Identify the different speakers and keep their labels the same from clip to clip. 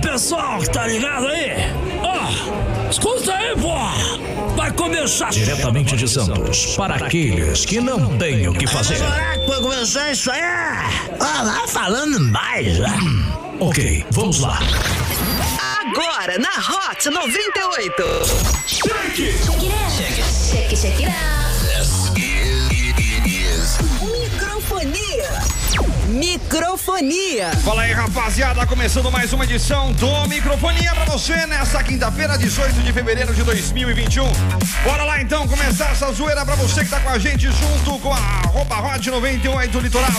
Speaker 1: pessoal que tá ligado aí? Ó, escuta aí, pô! Vai começar
Speaker 2: Diretamente de Santos, para aqueles que não têm o que fazer.
Speaker 1: Será que vai começar isso aí? Ó, vai falando mais, né?
Speaker 2: Ok, vamos lá.
Speaker 3: Agora na Hot 98.
Speaker 4: Check it, check it out.
Speaker 3: Microfonia. Microfonia.
Speaker 5: Fala aí, rapaziada, começando mais uma edição do Microfonia pra você nessa quinta-feira, 18 de fevereiro de 2021. Bora lá então começar essa zoeira pra você que tá com a gente junto com a Roupa Hot 98 um Litoral,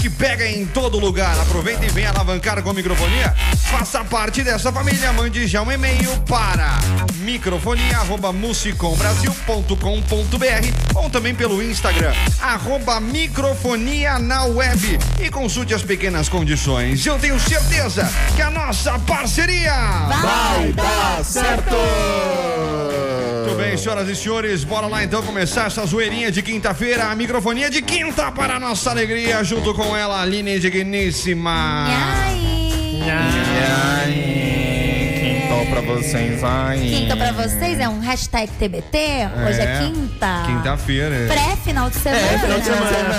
Speaker 5: que pega em todo lugar. Aproveita e vem alavancar com a Microfonia. Faça parte dessa família, mande já um e-mail para microfonia@musicombrasil.com.br ou também pelo Instagram arroba microfonia na web e consulte as pequenas condições. Eu tenho certeza que a nossa parceria
Speaker 6: Vai dar certo!
Speaker 5: Muito bem, senhoras e senhores, bora lá então começar essa zoeirinha de quinta-feira, a microfonia de quinta para a nossa alegria, junto com ela, Aline Digníssima.
Speaker 4: E aí?
Speaker 6: Quintou pra vocês, ai.
Speaker 4: Quinta pra vocês é um hashtag TBT. Hoje é quinta.
Speaker 5: Quinta-feira. é.
Speaker 4: Pré-final de semana.
Speaker 6: É, final de
Speaker 4: Ah,
Speaker 6: semana.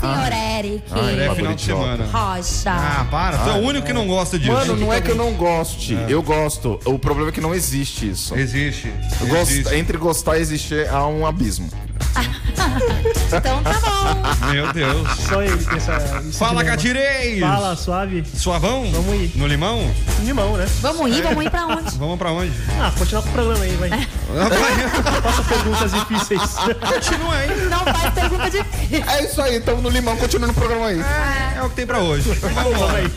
Speaker 4: senhor Eric.
Speaker 5: É
Speaker 6: Bagulho
Speaker 5: final de
Speaker 6: de volta.
Speaker 5: semana.
Speaker 4: Rocha.
Speaker 5: Ah, para, tu é o único que não gosta disso.
Speaker 6: Mano, não é que eu não goste. Eu gosto. O problema é que não existe isso.
Speaker 5: Existe.
Speaker 6: Gost-
Speaker 5: Existe.
Speaker 6: Entre gostar e existir há um abismo.
Speaker 4: Então tá bom.
Speaker 6: Ah,
Speaker 5: Meu Deus.
Speaker 7: Só ele tem essa. esse
Speaker 5: Fala,
Speaker 7: dilema.
Speaker 5: Catireis!
Speaker 7: Fala, suave.
Speaker 5: Suavão?
Speaker 7: Vamos ir.
Speaker 5: No limão?
Speaker 7: Limão, né?
Speaker 4: Vamos ir, vamos ir pra onde?
Speaker 5: Vamos pra onde?
Speaker 7: Ah, continuar com o programa aí, vai. Faça perguntas difíceis.
Speaker 5: Continua aí.
Speaker 4: Não faz pergunta difícil.
Speaker 6: É isso aí, tamo no limão, continua no programa aí.
Speaker 5: É, é o que tem pra hoje. Vamos lá.
Speaker 7: Vamos aí.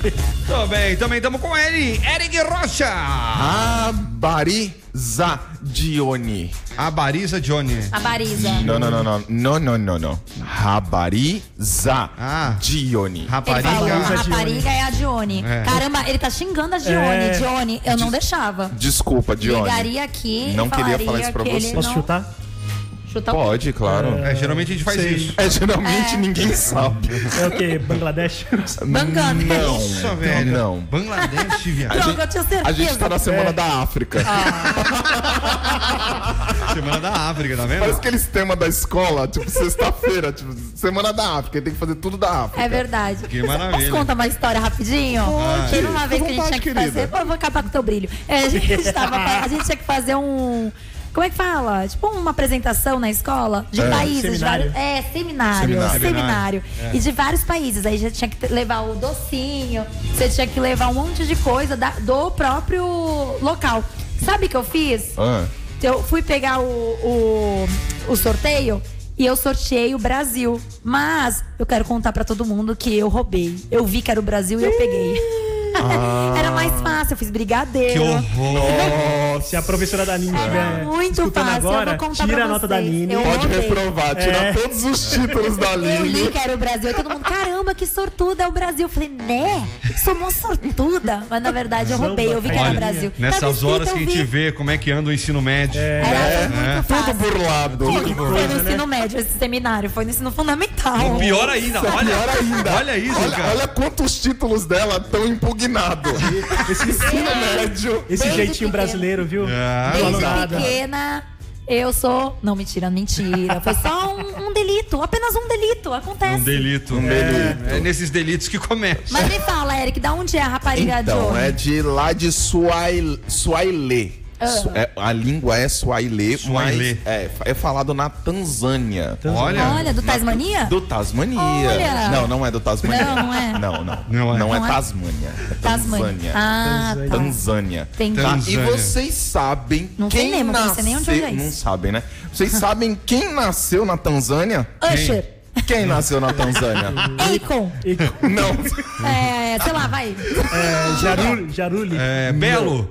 Speaker 5: Tô bem, também tamo com ele, Eric Rocha.
Speaker 6: Rabarizadione.
Speaker 5: A Barisa Johnny.
Speaker 4: A Barisa.
Speaker 6: Não, não, não, não. Não, não, não, não. Rabarizadione.
Speaker 4: Ele falou, a
Speaker 5: Rapariga.
Speaker 4: rapariga é a Dione.
Speaker 5: É.
Speaker 4: Caramba, ele tá xingando a Dione.
Speaker 7: É.
Speaker 4: Dione, eu não deixava.
Speaker 6: Desculpa, Dione.
Speaker 4: Ligaria aqui. e
Speaker 6: Não queria
Speaker 4: falaria
Speaker 6: falar isso pra
Speaker 4: que
Speaker 6: você.
Speaker 4: ele
Speaker 7: Posso
Speaker 4: não-
Speaker 7: chutar?
Speaker 4: Chutar o quê?
Speaker 6: Pode, claro.
Speaker 5: É, geralmente a gente faz isso.
Speaker 6: É, geralmente ninguém sabe.
Speaker 7: É o quê? Bangladesh?
Speaker 4: Bangando.
Speaker 6: Não.
Speaker 5: Nossa, velho.
Speaker 6: Não.
Speaker 5: Bangladesh, viado.
Speaker 4: Droga, eu tinha certeza.
Speaker 6: A gente tá na Semana da África.
Speaker 5: Semana da África, tá vendo?
Speaker 6: Parece aqueles temas da escola, tipo, sexta-feira, tipo, Semana da África, tem que fazer tudo da África.
Speaker 4: É verdade.
Speaker 5: Que
Speaker 4: Posso
Speaker 5: maravilha.
Speaker 4: contar uma história rapidinho? Teve uma vez que a gente
Speaker 6: vontade,
Speaker 4: tinha que
Speaker 6: querida.
Speaker 4: fazer. Pô, eu vou acabar com o teu brilho. É, a, gente tava, a gente tinha que fazer um. Como é que fala? Tipo uma apresentação na escola de países. de
Speaker 7: Seminário.
Speaker 4: vários- é, seminário.
Speaker 6: Seminário.
Speaker 4: Seminário.
Speaker 5: Seminário.
Speaker 4: E de vários países. Aí já tinha que levar o docinho, você tinha que levar um monte de coisa da- do próprio local. Sabe o que eu fiz?
Speaker 6: Ah,
Speaker 4: Então, Eu fui pegar o, o, o sorteio e eu sorteei o Brasil. Mas eu quero contar pra todo mundo que eu roubei. Eu vi que era o Brasil e eu peguei. era mais fácil, eu fiz brigadeiro.
Speaker 5: Ah. Que horror.
Speaker 7: Se a professora da Aline
Speaker 4: Era
Speaker 7: estiver
Speaker 4: É. muito
Speaker 7: escutando
Speaker 4: fácil,
Speaker 7: agora,
Speaker 4: eu vou contar
Speaker 7: tira
Speaker 4: pra
Speaker 7: a nota
Speaker 4: vocês.
Speaker 7: da Aline.
Speaker 4: Eu
Speaker 6: pode
Speaker 4: odeio.
Speaker 6: reprovar, tirar
Speaker 7: É.
Speaker 6: todos os títulos da
Speaker 4: Eu li
Speaker 6: Aline.
Speaker 4: que era o Brasil. E todo mundo, caramba, que sortuda é o Brasil. Eu falei, né? Sou uma sortuda. Mas na verdade eu
Speaker 7: Zamba,
Speaker 4: roubei, eu vi que era o
Speaker 7: Olha,
Speaker 4: Brasil. Tava
Speaker 5: Nessas
Speaker 4: escrito,
Speaker 5: horas que a
Speaker 4: eu
Speaker 5: gente
Speaker 4: vi.
Speaker 5: vê né? como é que anda o ensino médio.
Speaker 4: Era muito
Speaker 6: Tudo
Speaker 4: é fácil.
Speaker 6: burlado. é
Speaker 4: Foi no
Speaker 7: coisa, né?
Speaker 4: ensino médio, esse seminário. Foi no ensino fundamental.
Speaker 5: O pior ainda, olha.
Speaker 6: Pior ainda.
Speaker 5: Olha isso,
Speaker 6: olha,
Speaker 5: cara.
Speaker 6: olha quantos títulos dela estão impugnados. Ensino médio.
Speaker 7: Esse
Speaker 4: Desde
Speaker 7: jeitinho
Speaker 4: pequeno.
Speaker 7: brasileiro, viu?
Speaker 5: É.
Speaker 7: Não
Speaker 4: Desde
Speaker 7: falou nada.
Speaker 4: pequena, eu sou. Não, mentira, mentira. Foi só um, um delito, apenas um delito. Acontece.
Speaker 5: Um delito.
Speaker 6: Um delito.
Speaker 5: É nesses delitos que começa.
Speaker 4: Mas me fala, Eric, da onde é a rapariga de
Speaker 6: Então,
Speaker 4: hoje?
Speaker 6: é de lá de Suail- Suailê.
Speaker 4: Ah.
Speaker 6: Su- é, a língua é Suailê,
Speaker 5: Suailê.
Speaker 6: mas é, é falado na Tanzânia.
Speaker 5: Olha.
Speaker 4: Olha, do Tasmania?
Speaker 6: Do Tasmania.
Speaker 4: Olha.
Speaker 6: Não, não é do Tasmania.
Speaker 4: Não, não é.
Speaker 6: Não, não.
Speaker 5: Não é.
Speaker 4: Não é?
Speaker 6: Tasmânia. É
Speaker 4: Tasmania.
Speaker 6: Tanzânia.
Speaker 4: Ah, tá.
Speaker 6: Tanzânia. Tá,
Speaker 4: Entendi.
Speaker 6: E
Speaker 5: Tanzânia.
Speaker 6: vocês sabem
Speaker 4: Não sei
Speaker 6: quem
Speaker 4: nem, mas
Speaker 6: nasceu...
Speaker 4: não sei nem onde é isso.
Speaker 6: Não sabem, né? Vocês sabem quem nasceu na Tanzânia?
Speaker 4: Usher.
Speaker 6: Quem nasceu na Tanzânia?
Speaker 4: Akon.
Speaker 6: não.
Speaker 4: É, sei lá, vai.
Speaker 7: É, Jarulho, Jarulho.
Speaker 5: É, Belo.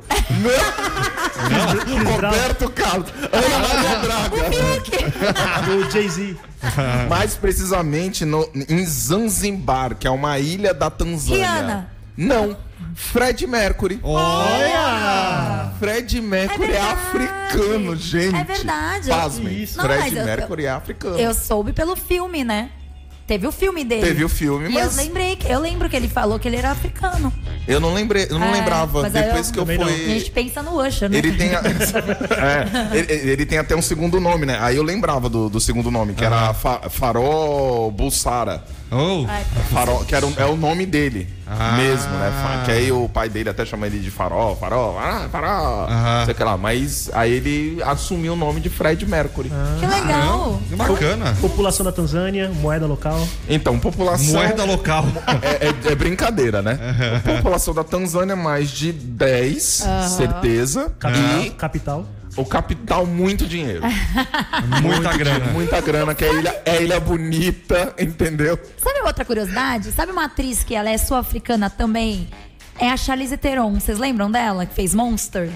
Speaker 6: Roberto Carlos. Ana
Speaker 4: Ah.
Speaker 6: Maria Braga.
Speaker 7: O Jay-Z.
Speaker 5: Ah.
Speaker 6: Mais precisamente no- em Zanzibar, que é uma ilha da Tanzânia.
Speaker 4: Rihanna.
Speaker 6: Não. Fred Mercury.
Speaker 5: Olha!
Speaker 6: Fred Mercury é,
Speaker 4: É verdade.
Speaker 6: africano, gente.
Speaker 4: É verdade.
Speaker 6: Pasmem.
Speaker 7: Isso.
Speaker 4: Não,
Speaker 6: Fred
Speaker 4: mas eu-
Speaker 6: Mercury é africano.
Speaker 4: Eu soube pelo filme, né? Teve o filme dele.
Speaker 6: Teve o filme,
Speaker 4: E
Speaker 6: mas-
Speaker 4: eu lembrei, que- eu lembro que ele falou que ele era africano.
Speaker 6: Eu não lembrei, eu não
Speaker 4: É,
Speaker 6: lembrava.
Speaker 4: mas aí
Speaker 6: Depois
Speaker 4: eu-
Speaker 6: que eu
Speaker 7: Também não.
Speaker 4: A gente
Speaker 6: fui.
Speaker 4: pensa no Usher, né?
Speaker 6: Ele tem, a- É, ele, ele tem até um segundo nome, né? Aí eu lembrava do, do segundo nome, que era Fa- Farol Bulsara.
Speaker 5: Oh.
Speaker 4: Ai,
Speaker 6: Farol, que era o- é o nome dele
Speaker 5: Ah.
Speaker 6: mesmo, né? Fa- Que aí o pai dele até chama ele de Farol, Farol, ah, Farol,
Speaker 5: Aham.
Speaker 6: sei que lá. Mas aí ele assumiu o nome de Fred Mercury.
Speaker 5: Ah.
Speaker 4: que
Speaker 6: Ah,
Speaker 4: legal.
Speaker 5: Que bacana.
Speaker 7: População da Tanzânia, moeda local.
Speaker 6: Então, população.
Speaker 5: Moeda local.
Speaker 6: É, é- é brincadeira, né? A população da Tanzânia, é mais de 10, certeza.
Speaker 7: Capital.
Speaker 6: E
Speaker 7: capital.
Speaker 6: o capital, muito dinheiro.
Speaker 5: Muita grana.
Speaker 6: Muita grana, que é ilha, é ilha bonita, entendeu?
Speaker 4: Sabe outra curiosidade? Sabe uma atriz que ela é sul-africana também? É a Charlize Theron. Vocês lembram dela? Que fez Monster?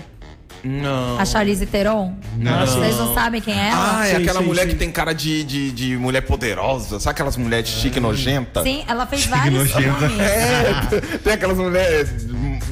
Speaker 6: Não.
Speaker 4: A Charlize Theron?
Speaker 7: Ah,
Speaker 5: Né?
Speaker 7: sim.
Speaker 4: Vocês não sabem quem é ela?
Speaker 6: Ah, é
Speaker 7: Sim,
Speaker 6: aquela
Speaker 7: sim,
Speaker 6: mulher
Speaker 7: sim.
Speaker 6: que tem cara de, de, de mulher poderosa. Sabe aquelas mulheres chique e nojenta?
Speaker 4: Sim, ela fez vários
Speaker 5: nojenta.
Speaker 4: filmes.
Speaker 6: É, tem aquelas mulheres.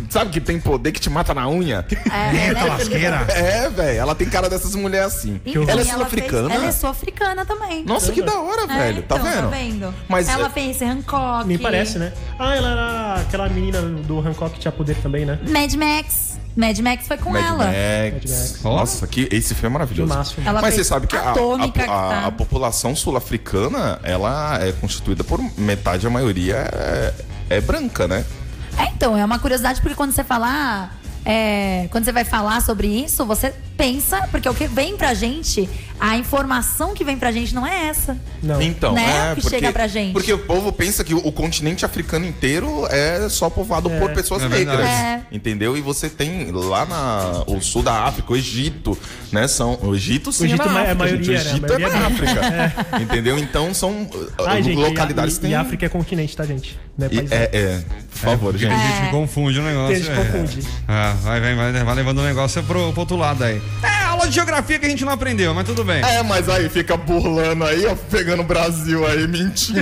Speaker 6: Sabe que tem poder que te mata na unha?
Speaker 4: É,
Speaker 5: Eita,
Speaker 4: ela é-
Speaker 5: lasqueira.
Speaker 6: É, velho. Ela tem cara dessas mulheres assim.
Speaker 4: Enfim,
Speaker 6: ela é
Speaker 4: fez-
Speaker 6: sul-africana?
Speaker 4: Ela é sul-africana também.
Speaker 6: Nossa, que da hora,
Speaker 4: É,
Speaker 6: velho. Tá
Speaker 4: então,
Speaker 6: vendo?
Speaker 4: Tá vendo?
Speaker 6: Mas
Speaker 4: ela
Speaker 6: é,
Speaker 4: fez Hancock.
Speaker 7: Me parece, né? Ah, ela era aquela menina do Hancock que tinha poder também, né?
Speaker 4: Mad Max. Mad Max foi com
Speaker 6: Mad
Speaker 4: ela.
Speaker 6: Max.
Speaker 7: Mad Max.
Speaker 6: Nossa, que esse filme é maravilhoso.
Speaker 7: Filmaço, filmaço.
Speaker 4: Ela
Speaker 6: Mas você
Speaker 4: fez
Speaker 6: sabe que a, a-
Speaker 4: Atômica,
Speaker 6: a-
Speaker 4: que tá-
Speaker 6: a população sul-africana, ela é constituída por metade, a maioria é, é branca, né?
Speaker 4: É, então, é uma curiosidade, porque quando você falar. é, quando você vai falar sobre isso, você pensa, porque o que vem pra gente, a informação que vem pra gente não é essa.
Speaker 7: Não.
Speaker 6: Então,
Speaker 4: Né?
Speaker 6: é,
Speaker 4: O que chega pra gente.
Speaker 6: Porque o povo pensa que o, o continente africano inteiro é só povoado
Speaker 7: É.
Speaker 6: por pessoas
Speaker 5: É verdade.
Speaker 6: negras,
Speaker 4: É.
Speaker 6: entendeu? E você tem lá na o sul da África, o Egito, né? São o Egito sim,
Speaker 7: O Egito
Speaker 6: é na
Speaker 7: é a
Speaker 6: África,
Speaker 7: maioria,
Speaker 6: gente.
Speaker 7: né?
Speaker 6: O
Speaker 7: A
Speaker 6: Egito é
Speaker 7: maioria
Speaker 6: na
Speaker 7: é-
Speaker 6: África, entendeu? Então são uh,
Speaker 7: Ai, gente,
Speaker 6: localidades
Speaker 7: e,
Speaker 6: que
Speaker 7: e
Speaker 6: tem.
Speaker 7: África é continente, tá, gente? Não é
Speaker 6: E-
Speaker 7: país. não.
Speaker 6: é, é, por favor,
Speaker 5: Tem
Speaker 6: gente.
Speaker 5: gente É. que confunde o negócio.
Speaker 7: Tem gente que
Speaker 5: é.
Speaker 7: confunde.
Speaker 5: Ah, vai, vai, vai, vai levando o negócio pro, pro outro lado aí. É aula de geografia que a gente não aprendeu, mas tudo bem.
Speaker 6: É, mas aí fica burlando aí, ó, pegando o Brasil aí, mentindo.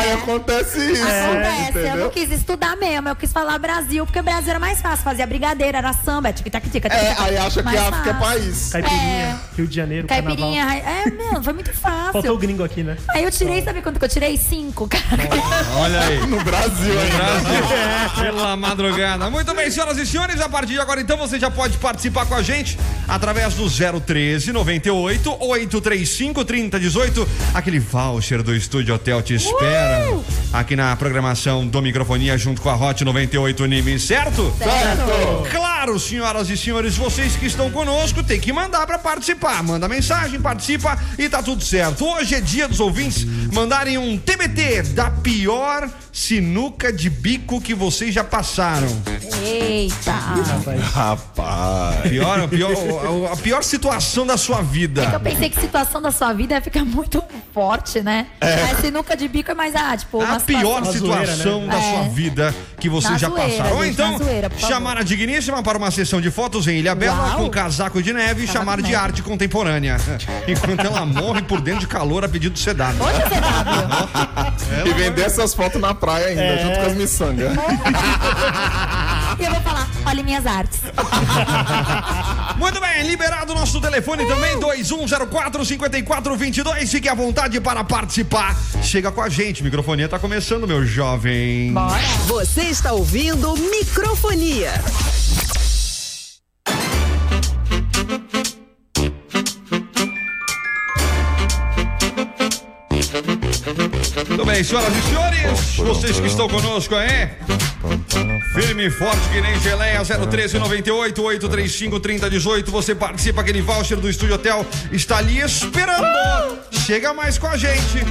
Speaker 6: Aí acontece isso.
Speaker 4: É. Acontece, eu
Speaker 6: É, entendeu?
Speaker 4: não quis estudar mesmo, eu quis falar Brasil, porque Brasil era mais fácil, fazia brigadeira, era samba, tic tac tic
Speaker 6: É, aí acha que a África é país.
Speaker 7: Caipirinha, Rio de Janeiro,
Speaker 4: É. Caipirinha,
Speaker 7: carnaval.
Speaker 4: é, meu, foi muito
Speaker 7: Faltou
Speaker 4: fácil.
Speaker 7: o gringo aqui, né?
Speaker 4: Aí eu tirei, sabe quanto que eu tirei? Cinco, cara.
Speaker 5: Olha aí.
Speaker 6: No Brasil ainda.
Speaker 5: Brasil. Pela madrugada. Muito bem, senhoras e senhores, a partir de agora então você já pode participar com a gente através do 013 98 835 3018. Aquele voucher do Estúdio Hotel te espera aqui na programação do Microfonia junto com a Hot 98 Anime, certo? Claro, senhoras e senhores, vocês que estão conosco tem que mandar pra participar. Manda mensagem, participa e tá tudo certo. Hoje é dia dos ouvintes mandarem um TBT da pior sinuca de bico que vocês já passaram.
Speaker 7: Ah,
Speaker 4: Eita.
Speaker 6: Rapaz.
Speaker 5: Pior, a pior, a- a pior situação da sua
Speaker 4: Eu
Speaker 5: vida.
Speaker 4: pensei que situação da sua vida ia ficar muito forte, né? Mas sinuca de bico é mais, ah, tipo,
Speaker 5: A
Speaker 4: uma situação-
Speaker 5: pior
Speaker 7: na zoeira,
Speaker 5: situação
Speaker 4: né?
Speaker 5: da sua
Speaker 4: É.
Speaker 5: vida que vocês
Speaker 4: Na
Speaker 5: já
Speaker 4: zoeira,
Speaker 5: passaram. Ou
Speaker 4: gente, na
Speaker 5: então,
Speaker 4: zoeira, por favor.
Speaker 5: chamaram a digníssima para uma sessão de fotos em Ilha Bela
Speaker 4: Uau.
Speaker 5: com casaco de neve e
Speaker 4: Casaco
Speaker 5: chamaram
Speaker 4: de
Speaker 5: de
Speaker 4: neve.
Speaker 5: arte contemporânea. Enquanto ela morre por dentro de calor a pedido do sedado.
Speaker 4: Hoje você sabe.
Speaker 6: E vender essas fotos na praia ainda,
Speaker 4: É.
Speaker 6: junto com as miçangas.
Speaker 4: E eu vou falar, olha minhas artes.
Speaker 5: Muito bem, liberado o nosso telefone também, 2104-5422. Fique à vontade para participar. Chega com a gente, microfonia tá começando, meu jovem.
Speaker 3: Você está ouvindo microfonia.
Speaker 5: Muito bem, senhoras e senhores, vocês que estão conosco aí. Firme e forte que nem geleia, 013 98 835 3018. Você participa, aquele voucher do Estúdio Hotel está ali esperando. Chega mais com a gente,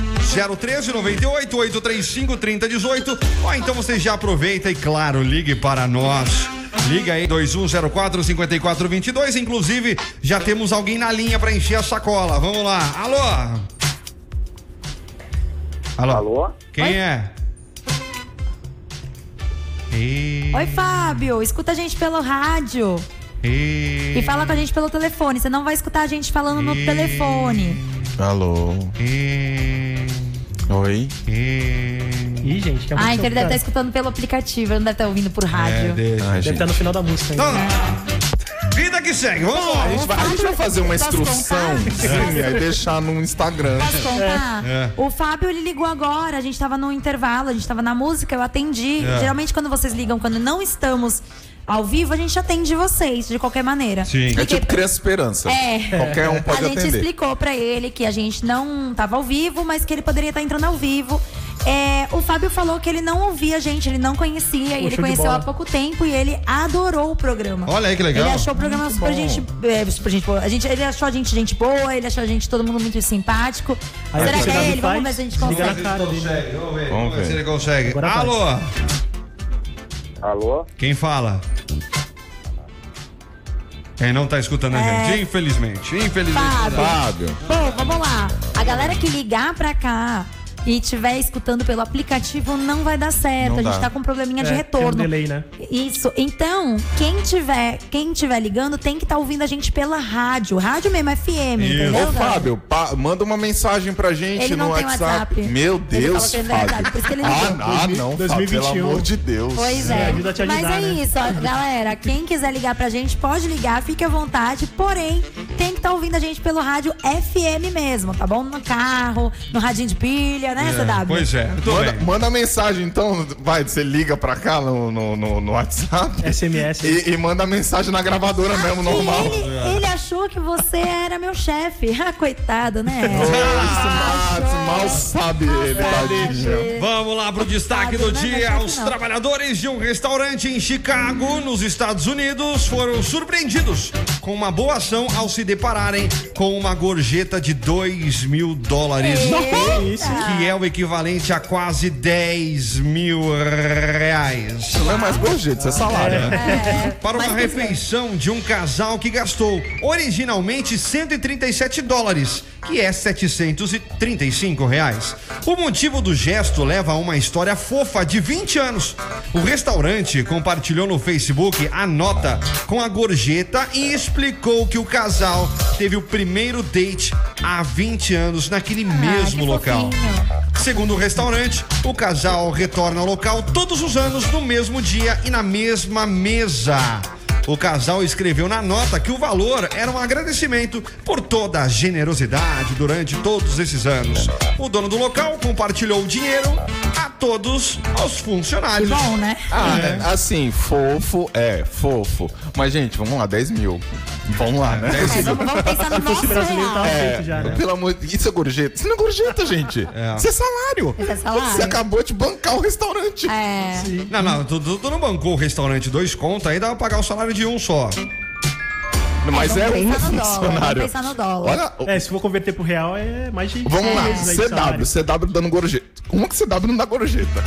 Speaker 5: 013 98 835 3018. Ou então você já aproveita e, claro, ligue para nós. Liga aí 2104 5422. Inclusive, já temos alguém na linha para encher a sacola. Vamos lá. Alô? Alô? Quem é? E...
Speaker 4: Oi, Fábio, escuta a gente pelo rádio.
Speaker 5: E...
Speaker 4: E fala com a gente pelo telefone. Você não vai escutar a gente falando no telefone.
Speaker 6: Alô.
Speaker 5: E...
Speaker 6: Oi.
Speaker 5: E...
Speaker 7: Ih, gente, que é
Speaker 4: Ah,
Speaker 7: muito
Speaker 4: então ele deve estar
Speaker 7: complicado.
Speaker 4: escutando pelo aplicativo, ele não deve tá estar ouvindo por tá rádio.
Speaker 5: É, deixa.
Speaker 6: Ai,
Speaker 7: Deve
Speaker 6: gente.
Speaker 7: estar no final da música ainda.
Speaker 5: Não, não. Vida que segue, vamos lá.
Speaker 6: A gente vai, a gente vai fazer uma
Speaker 4: Posso
Speaker 6: instrução
Speaker 4: contar?
Speaker 6: sim, aí deixar no Instagram.
Speaker 4: Posso contar? O Fábio, ele ligou agora, a gente tava no intervalo, a gente tava na música, eu atendi. Geralmente, quando vocês ligam, quando não estamos ao vivo, a gente atende vocês, de qualquer maneira.
Speaker 5: Sim.
Speaker 6: É
Speaker 4: Expliquei
Speaker 6: tipo criança esperança.
Speaker 4: É.
Speaker 6: Qualquer um
Speaker 4: A
Speaker 6: pode
Speaker 4: gente
Speaker 6: atender.
Speaker 4: explicou pra ele que a gente não tava ao vivo, mas que ele poderia estar entrando ao vivo. É, o Fábio falou que ele não ouvia a gente, ele não conhecia, e
Speaker 7: show
Speaker 4: ele
Speaker 7: de
Speaker 4: conheceu
Speaker 7: bola.
Speaker 4: há pouco tempo e ele adorou o programa.
Speaker 5: Olha aí que legal.
Speaker 4: Ele achou o programa super
Speaker 6: bom.
Speaker 4: gente, é, super gente boa. A gente, ele achou a gente gente boa, ele achou a gente todo mundo muito simpático.
Speaker 7: Aí
Speaker 4: Será
Speaker 7: você
Speaker 4: que
Speaker 7: chega
Speaker 4: é
Speaker 7: e
Speaker 4: ele? Vamos
Speaker 7: faz,
Speaker 4: ver se a gente
Speaker 7: liga
Speaker 4: consegue.
Speaker 7: na cara dele.
Speaker 5: Vamos ver,
Speaker 6: Vamos ver.
Speaker 5: se ele consegue.
Speaker 7: Agora vai.
Speaker 5: Alô,
Speaker 8: Alô?
Speaker 5: quem fala? Quem não tá escutando
Speaker 7: É.
Speaker 5: a gente, infelizmente. Infelizmente.
Speaker 4: Fábio.
Speaker 6: Fábio.
Speaker 4: Bom, vamos lá. A galera que ligar pra cá e estiver escutando pelo aplicativo não vai dar certo.
Speaker 6: Não
Speaker 4: a gente
Speaker 6: dá.
Speaker 4: tá com probleminha de
Speaker 7: É,
Speaker 4: retorno.
Speaker 7: Tem um delay, né?
Speaker 4: Isso. Então, quem tiver, quem tiver ligando tem que estar ouvindo a gente pela rádio. Rádio mesmo, FM, entendeu?
Speaker 6: Ô,
Speaker 4: galera?
Speaker 6: Fábio, pa- manda uma mensagem pra gente
Speaker 4: Ele
Speaker 6: no
Speaker 4: não tem
Speaker 6: WhatsApp.
Speaker 4: WhatsApp.
Speaker 6: Meu
Speaker 4: Ele falou
Speaker 6: Deus,
Speaker 4: que ele não tem
Speaker 6: Fábio.
Speaker 4: WhatsApp, por isso que ele
Speaker 6: ah,
Speaker 4: ligou.
Speaker 6: ah, não, Fábio,
Speaker 7: 2021.
Speaker 6: pelo amor de Deus.
Speaker 4: Pois é.
Speaker 7: ajuda a te ajudar,
Speaker 4: Mas é
Speaker 7: né?
Speaker 4: isso, ó, galera. Quem quiser ligar pra gente, pode ligar, fique à vontade. Porém, tem que estar ouvindo a gente pelo rádio FM mesmo, tá bom? No carro, no radinho de pilha, né, CW?
Speaker 5: Pois é, tudo
Speaker 6: Manda,
Speaker 5: bem.
Speaker 6: manda mensagem, então, vai, você liga pra cá no, no, no- no WhatsApp
Speaker 7: É SMS.
Speaker 6: e, e manda mensagem na gravadora mesmo,
Speaker 4: E
Speaker 6: é, normal.
Speaker 4: ele, ele achou que você era meu chefe. Ah, coitado, né?
Speaker 6: Ah, mal sabe ele, tadinho.
Speaker 5: Vamos lá pro destaque do
Speaker 4: Fábio, não é
Speaker 5: dia.
Speaker 4: verdade,
Speaker 5: Os
Speaker 4: não.
Speaker 5: trabalhadores de um restaurante em Chicago, nos Estados Unidos, foram surpreendidos com uma boa ação ao se depararem com uma gorjeta de 2 mil dólares.
Speaker 7: Isso.
Speaker 5: Que é o equivalente a quase 10 mil reais.
Speaker 6: Não é mais gorjeta, isso é salário. né?
Speaker 5: Para uma refeição de um casal que gastou originalmente 137 dólares, que é 735 reais. O motivo do gesto leva a uma história fofa de 20 anos. O restaurante compartilhou no Facebook a nota com a gorjeta e explicou que o casal teve o primeiro date há 20 anos naquele mesmo
Speaker 4: Ah, que
Speaker 5: local.
Speaker 4: fofinho.
Speaker 5: Segundo o restaurante, o casal retorna ao local todos os anos no mesmo dia e na mesma mesa. O casal escreveu na nota que o valor era um agradecimento por toda a generosidade durante todos esses anos. O dono do local compartilhou o dinheiro a todos os funcionários.
Speaker 4: Bom, né?
Speaker 6: Ah, é, assim, fofo é, fofo. Mas, gente, vamos lá, 10 mil. Vamos lá, né?
Speaker 4: É, vamos, vamos pensar no nosso
Speaker 7: Se brasileiro
Speaker 4: real.
Speaker 7: tava feito
Speaker 6: É,
Speaker 7: já, né?
Speaker 6: pelo amor de Isso é gorjeta? Isso não é gorjeta, gente. Isso é salário.
Speaker 4: Isso é salário.
Speaker 6: Você acabou de bancar o restaurante.
Speaker 4: É.
Speaker 5: Não, não, tu, tu- tu não bancou o restaurante dois conta, aí dá pra pagar o salário de um só.
Speaker 6: Mas é,
Speaker 4: vamos
Speaker 6: um
Speaker 4: pensar no dólar,
Speaker 6: funcionário.
Speaker 4: vamos pensar no dólar.
Speaker 6: Olha, o-
Speaker 7: É, se for converter pro real, é mais de
Speaker 6: vamos lá.
Speaker 7: vezes aí de salário.
Speaker 6: CW, CW dando gorjeta. Uma que CW não dá gorjeta.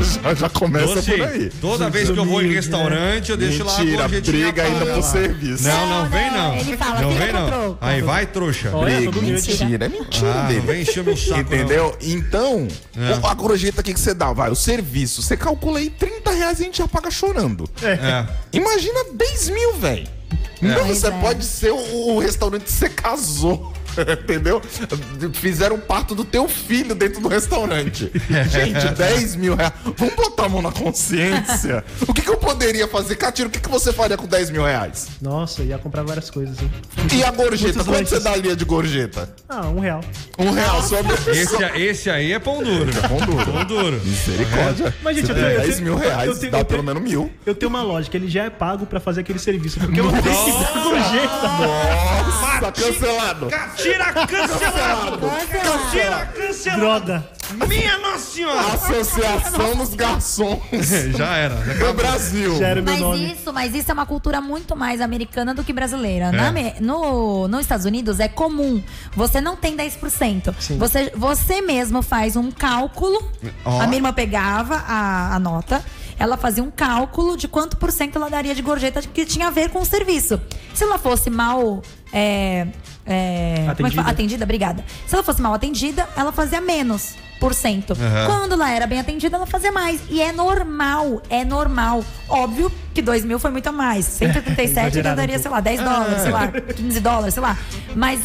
Speaker 6: já, já começa
Speaker 5: Doce,
Speaker 6: é por aí.
Speaker 5: toda vez que eu vou em restaurante, eu deixo lá a
Speaker 6: Mentira,
Speaker 5: gorjetinha
Speaker 6: briga
Speaker 5: pra-
Speaker 6: ainda pro serviço.
Speaker 5: Não, não,
Speaker 4: Não,
Speaker 5: vem não.
Speaker 4: não, ele fala,
Speaker 5: não
Speaker 4: quem
Speaker 5: vem não.
Speaker 4: comprou?
Speaker 5: Aí vai, trouxa.
Speaker 7: Olha,
Speaker 6: Briga.
Speaker 7: todo mundo
Speaker 6: Mentira, é mentira
Speaker 5: Ah,
Speaker 6: dele.
Speaker 5: não vem encher meu saco,
Speaker 6: Entendeu? Então, o- a gorjeta o que que você dá, vai, o serviço. Você calcula aí 30 reais e a gente já paga chorando.
Speaker 5: É.
Speaker 6: Imagina 10 mil, velho. Então
Speaker 4: Pois
Speaker 6: você
Speaker 4: é.
Speaker 6: pode ser o, o restaurante que você casou. Entendeu? Fizeram o parto do teu filho dentro do restaurante.
Speaker 7: É.
Speaker 6: Gente, 10 mil reais. Vamos botar a mão na consciência. O que, que eu poderia fazer? Catiro, o que, que você faria com 10 mil reais?
Speaker 7: Nossa, ia comprar várias coisas, hein?
Speaker 6: E a gorjeta?
Speaker 7: Muitos
Speaker 6: Quanto
Speaker 7: lanches.
Speaker 6: você daria de gorjeta?
Speaker 7: Ah, um real.
Speaker 6: Um real só pra
Speaker 5: Esse, esse aí é pão duro.
Speaker 6: Pão duro.
Speaker 5: Pão duro.
Speaker 6: Misericórdia.
Speaker 7: Mas, gente,
Speaker 6: Se
Speaker 7: eu
Speaker 6: der
Speaker 7: tenho- é eu
Speaker 6: 10
Speaker 7: tenho-
Speaker 6: mil reais,
Speaker 7: eu tenho-
Speaker 6: dá
Speaker 7: eu
Speaker 6: pelo
Speaker 7: tenho-
Speaker 6: menos mil.
Speaker 7: Eu tenho uma lógica, ele já é pago pra fazer aquele serviço, porque eu vou ter que dar gorjeta.
Speaker 6: Nossa, Tá cancelado.
Speaker 5: Tira cancelado!
Speaker 4: é.
Speaker 7: é
Speaker 5: Tira cancelado!
Speaker 7: Droga.
Speaker 5: Minha Nossa Senhora!
Speaker 6: Associação dos Garçons
Speaker 5: Já era. né?
Speaker 6: do Brasil.
Speaker 7: Já era o meu
Speaker 4: Mas
Speaker 7: nome. É.
Speaker 4: isso, mas isso é uma cultura muito mais americana do que brasileira. Na Ame- no, nos Estados Unidos é comum. Você não tem 10%. Você, você mesmo faz um cálculo.
Speaker 5: Ó.
Speaker 4: A minha irmã pegava a, a nota, ela fazia um cálculo de quanto por cento ela daria de gorjeta que tinha a ver com o serviço. Se ela fosse mal. é, é, como é que fala?
Speaker 7: Atendida.
Speaker 4: atendida, obrigada. Se ela fosse mal atendida, ela fazia menos por cento. Quando ela era bem atendida, ela fazia mais. E é normal, é normal. Óbvio que 2 mil foi muito a mais. 137 ainda
Speaker 7: Exageraram
Speaker 4: daria,
Speaker 7: um
Speaker 4: sei lá, 10 dólares, sei lá,
Speaker 5: Ah.
Speaker 4: 15 dólares, sei lá. Mas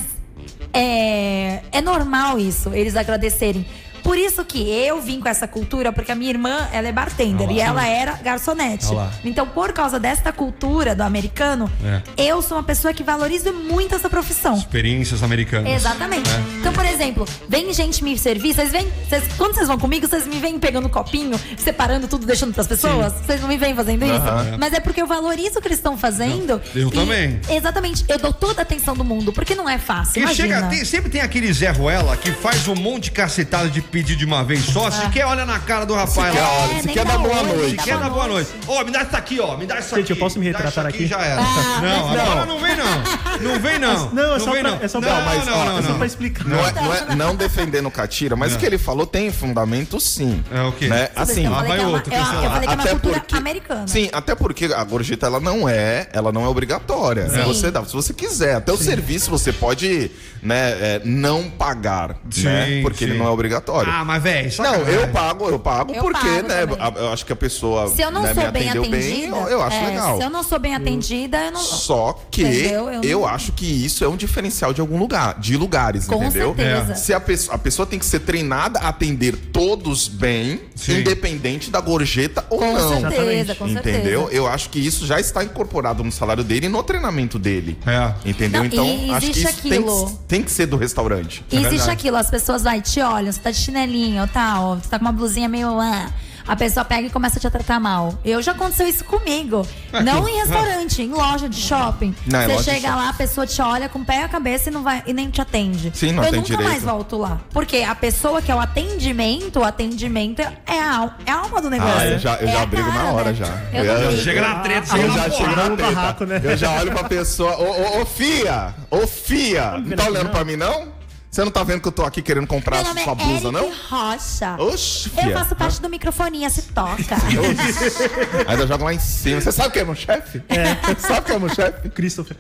Speaker 4: é, é normal isso, eles agradecerem. Por isso que eu vim com essa cultura, porque a minha irmã, ela é bartender e ela era garçonete.
Speaker 5: Olha lá. É.
Speaker 4: Então, por causa desta cultura do americano, eu sou uma pessoa que valorizo muito essa profissão.
Speaker 5: Experiências americanas. É.
Speaker 4: Exatamente.
Speaker 5: Né?
Speaker 4: Então, por exemplo, vem gente me servir, vocês vêm. vocês- quando vocês vão comigo, vocês me vêm pegando um copinho, separando tudo, deixando pras pessoas. Vocês não me vêm fazendo isso. Mas é porque eu valorizo o que eles estão fazendo.
Speaker 5: Eu- eu
Speaker 4: e-
Speaker 5: também.
Speaker 4: Exatamente. Eu dou toda a atenção do mundo, porque não é fácil.
Speaker 5: E
Speaker 4: imagina.
Speaker 5: chega, tem- sempre tem aquele Zé Ruela que faz um monte de cacetada de pedido de uma vez só. Se quer, olha na cara do rapaz
Speaker 6: quer,
Speaker 5: lá.
Speaker 6: olha, se
Speaker 4: É, nem
Speaker 6: quer
Speaker 4: dá
Speaker 6: dar boa
Speaker 4: oi,
Speaker 6: noite.
Speaker 4: nem
Speaker 5: Se quer, dá boa noite. Ô, me dá isso aqui, ó. Me dá isso aqui.
Speaker 7: Gente, eu posso me
Speaker 5: dá isso
Speaker 7: retratar aqui?
Speaker 5: já era. não, agora não vem, não. Não vem, não.
Speaker 7: Não, é só
Speaker 5: vem,
Speaker 7: pra-
Speaker 5: não.
Speaker 7: é só
Speaker 5: não,
Speaker 7: pra-
Speaker 5: não,
Speaker 6: mas, ó,
Speaker 5: não,
Speaker 7: é só
Speaker 5: não.
Speaker 7: pra explicar.
Speaker 6: Não, é, não, é- não defendendo o Catira, mas o que ele falou tem fundamento sim.
Speaker 5: É, o quê?
Speaker 6: Né?
Speaker 4: Vocês
Speaker 6: Assim,
Speaker 4: estão
Speaker 5: lá
Speaker 4: falando
Speaker 5: vai
Speaker 4: que é uma-
Speaker 5: outro,
Speaker 4: é uma-
Speaker 5: quem sei
Speaker 4: Eu
Speaker 5: lá.
Speaker 4: falei que é uma cultura americana.
Speaker 6: Sim, até porque a gorjeta ela não é, ela não é obrigatória. né?
Speaker 4: Sim.
Speaker 6: Você dá se você quiser. Até o serviço você pode, né, é, não pagar,
Speaker 5: Sim,
Speaker 6: né? Porque
Speaker 5: sim.
Speaker 6: ele não é obrigatório.
Speaker 5: Ah, mas velho,
Speaker 6: não, eu pago, eu pago
Speaker 4: é. Eu
Speaker 6: porque,
Speaker 4: pago
Speaker 6: né,
Speaker 4: também.
Speaker 6: a- eu acho que a pessoa
Speaker 4: Se eu não
Speaker 6: né, me
Speaker 4: sou bem
Speaker 6: atendeu
Speaker 4: atendida.
Speaker 6: bem, eu, eu acho
Speaker 4: é,
Speaker 6: legal.
Speaker 4: Se eu não sou bem atendida, eu não.
Speaker 6: Só que
Speaker 4: Entendeu? Eu
Speaker 6: eu,
Speaker 4: não-
Speaker 6: acho que isso é um diferencial de algum lugar, de lugares,
Speaker 4: Com
Speaker 6: entendeu?
Speaker 4: certeza. É.
Speaker 6: Se a pessoa, a pessoa tem que ser treinada a atender todos bem,
Speaker 5: Sim.
Speaker 6: independente da gorjeta ou
Speaker 4: Com
Speaker 6: não.
Speaker 4: certeza, com certeza.
Speaker 6: Entendeu? Eu acho que isso já está incorporado no salário dele e no treinamento dele.
Speaker 5: É.
Speaker 6: Entendeu?
Speaker 4: Não,
Speaker 6: então,
Speaker 4: e
Speaker 6: acho que
Speaker 4: existe
Speaker 6: isso tem,
Speaker 4: aquilo.
Speaker 6: que- tem que ser do restaurante.
Speaker 4: E existe
Speaker 5: verdade.
Speaker 4: aquilo, as pessoas vai, te olham, você tá de chinelinho, tal, você tá com uma blusinha meio. ah, a pessoa pega e começa a te tratar mal. Eu já aconteceu isso comigo. Não em restaurante, em loja de shopping.
Speaker 6: Ah, Não, em
Speaker 4: você
Speaker 6: loja de
Speaker 4: chega
Speaker 6: shopping.
Speaker 4: lá, a pessoa te olha com o pé e a cabeça e, não vai, e nem te atende.
Speaker 6: Sim, não
Speaker 4: eu
Speaker 6: tem
Speaker 4: nunca
Speaker 6: direito.
Speaker 4: mais volto lá. Porque a pessoa que é o atendimento, o atendimento é a, al- é a alma do negócio.
Speaker 6: Ah, eu já- eu
Speaker 4: É
Speaker 6: já
Speaker 4: a
Speaker 6: brigo na
Speaker 4: cara,
Speaker 6: hora
Speaker 4: né?
Speaker 6: já.
Speaker 4: Eu
Speaker 6: Eu-
Speaker 4: também.
Speaker 5: Chega na treta,
Speaker 7: Ah,
Speaker 5: chega
Speaker 6: Eu
Speaker 5: na
Speaker 6: já
Speaker 4: um
Speaker 5: porra.
Speaker 6: chego na
Speaker 7: no
Speaker 6: treta.
Speaker 7: barraco, né?
Speaker 6: Eu já olho pra pessoa. Ô, ô, ô, Fia! Ô, Fia! Não tá olhando pra mim, não? Você não tá vendo que eu tô aqui querendo comprar
Speaker 4: Meu nome
Speaker 6: sua
Speaker 4: é
Speaker 6: blusa,
Speaker 4: Eric
Speaker 6: não?
Speaker 4: Rocha.
Speaker 6: Oxi,
Speaker 4: Eu
Speaker 6: fia.
Speaker 4: faço parte do microfonia, se toca.
Speaker 6: Oxi. Ainda joga lá em cima. Você sabe quem é meu chefe? É. Sabe quem é meu chefe?
Speaker 7: Christopher.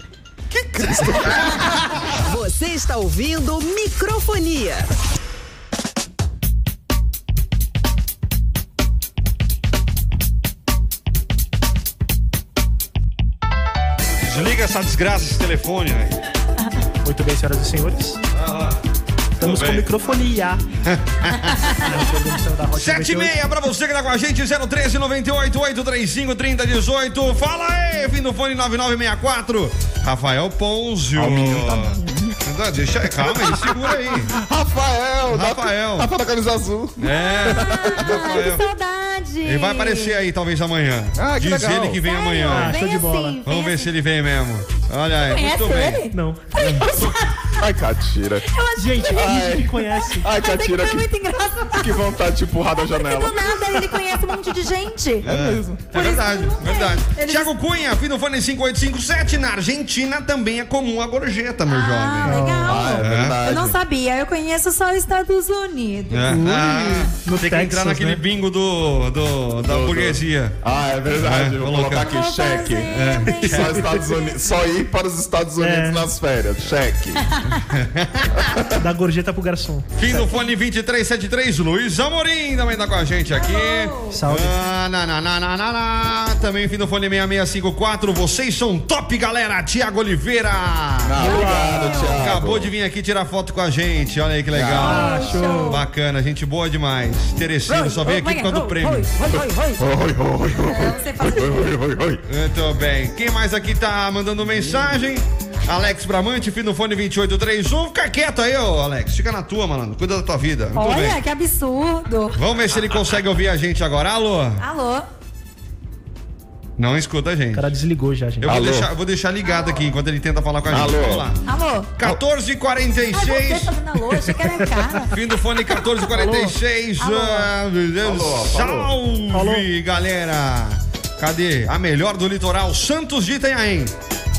Speaker 3: Você está ouvindo microfonia.
Speaker 5: Desliga essa desgraça, esse telefone, velho.
Speaker 7: Muito bem, senhoras e senhores. Estamos
Speaker 5: Tudo
Speaker 7: com
Speaker 5: bem.
Speaker 7: microfonia. Não, foi a demissão da Rocha
Speaker 5: 7 e
Speaker 7: 98.
Speaker 5: meia pra você que tá com a gente, 013 98 835 3018. Fala aí, fim do fone 9964. Rafael Ponzio. Tá, deixa aí, calma aí, segura aí.
Speaker 6: Rafael! da- Tá
Speaker 5: Rafael.
Speaker 6: Rafael da camisa azul.
Speaker 5: É,
Speaker 4: Ai, que
Speaker 5: Rafael.
Speaker 4: saudade.
Speaker 5: Ele vai aparecer aí, talvez amanhã.
Speaker 6: Ah, que
Speaker 5: Diz
Speaker 6: legal.
Speaker 5: ele que vem
Speaker 4: Sério?
Speaker 5: amanhã.
Speaker 4: Vem
Speaker 7: show de
Speaker 4: assim,
Speaker 7: bola.
Speaker 4: vem
Speaker 5: Vamos ver
Speaker 4: assim.
Speaker 5: se ele vem mesmo. Olha aí,
Speaker 4: Conhece
Speaker 5: muito bem. É
Speaker 4: ele?
Speaker 7: Não.
Speaker 6: Ai, Catira.
Speaker 4: Eu acho
Speaker 7: Gente,
Speaker 4: que...
Speaker 7: finge que conhece.
Speaker 6: Ai,
Speaker 4: Mas é que
Speaker 6: Catira,
Speaker 4: foi
Speaker 6: que,
Speaker 4: muito engraçado.
Speaker 6: que vontade de empurrar da
Speaker 4: Porque
Speaker 6: janela.
Speaker 4: do nada ele conhece um monte de gente.
Speaker 6: É mesmo.
Speaker 5: É verdade,
Speaker 4: Por isso que não
Speaker 5: verdade.
Speaker 4: tem. Ele-
Speaker 5: Thiago Cunha, fim do fone 5857. Na Argentina também é comum a gorjeta, meu
Speaker 4: Ah,
Speaker 5: jovem.
Speaker 6: É
Speaker 4: legal.
Speaker 6: verdade.
Speaker 4: Eu não sabia, eu conheço só os Estados Unidos.
Speaker 5: É. Ah,
Speaker 7: no
Speaker 5: tem que
Speaker 7: Texas,
Speaker 5: entrar naquele
Speaker 7: né?
Speaker 5: bingo do, do- da
Speaker 6: do-
Speaker 5: burguesia.
Speaker 6: Ah, é verdade.
Speaker 5: É,
Speaker 6: Vou
Speaker 5: vou
Speaker 6: colocar aqui,
Speaker 4: Vou
Speaker 6: cheque.
Speaker 4: fazer, hein?
Speaker 6: Só, Estados Unidos, só ir para os Estados Unidos
Speaker 7: É.
Speaker 6: nas férias. Cheque.
Speaker 7: Da gorjeta pro garçom.
Speaker 5: Fim do fone 2373, Luiz Amorim também tá com a gente aqui.
Speaker 7: Salve.
Speaker 5: Ah, na, na, na, na, na, na. Também fim do fone 6654. Vocês são top, galera. Tiago Oliveira.
Speaker 6: Ah, obrigado, Thiago.
Speaker 5: Acabou de vir aqui tirar foto com a gente. Olha aí que legal.
Speaker 7: Ah, show.
Speaker 5: Bacana, gente boa demais. Teresina, só veio aqui por causa do prêmio.
Speaker 6: Oi, oi,
Speaker 4: Não sei fazer.
Speaker 6: oi, oi, oi, oi.
Speaker 5: Muito bem. Quem mais aqui tá mandando mensagem? Alex Bramante, fim do fone 2831. Fica quieto aí, ô Alex. Fica na tua, malandro. Cuida da tua vida. Muito
Speaker 4: Olha,
Speaker 5: bem.
Speaker 4: que absurdo.
Speaker 5: Vamos ver se ele consegue ouvir a gente agora. Alô?
Speaker 4: Alô?
Speaker 5: Não escuta a
Speaker 7: O
Speaker 5: gente.
Speaker 7: cara desligou já, gente.
Speaker 5: Eu vou
Speaker 6: Alô?
Speaker 5: deixar, vou deixar ligado aqui enquanto ele tenta falar com a gente.
Speaker 6: Alô?
Speaker 5: Vamos lá.
Speaker 4: Alô? Ai, você tá
Speaker 5: 14h46.
Speaker 4: fazendo alô, achei que era a cara.
Speaker 5: Fim do fone 1446.
Speaker 4: Alô?
Speaker 5: Ah, meu Deus.
Speaker 6: Alô,
Speaker 5: Salve,
Speaker 7: Alô?
Speaker 5: galera. Cadê? A melhor do litoral, Santos de Itanhaém.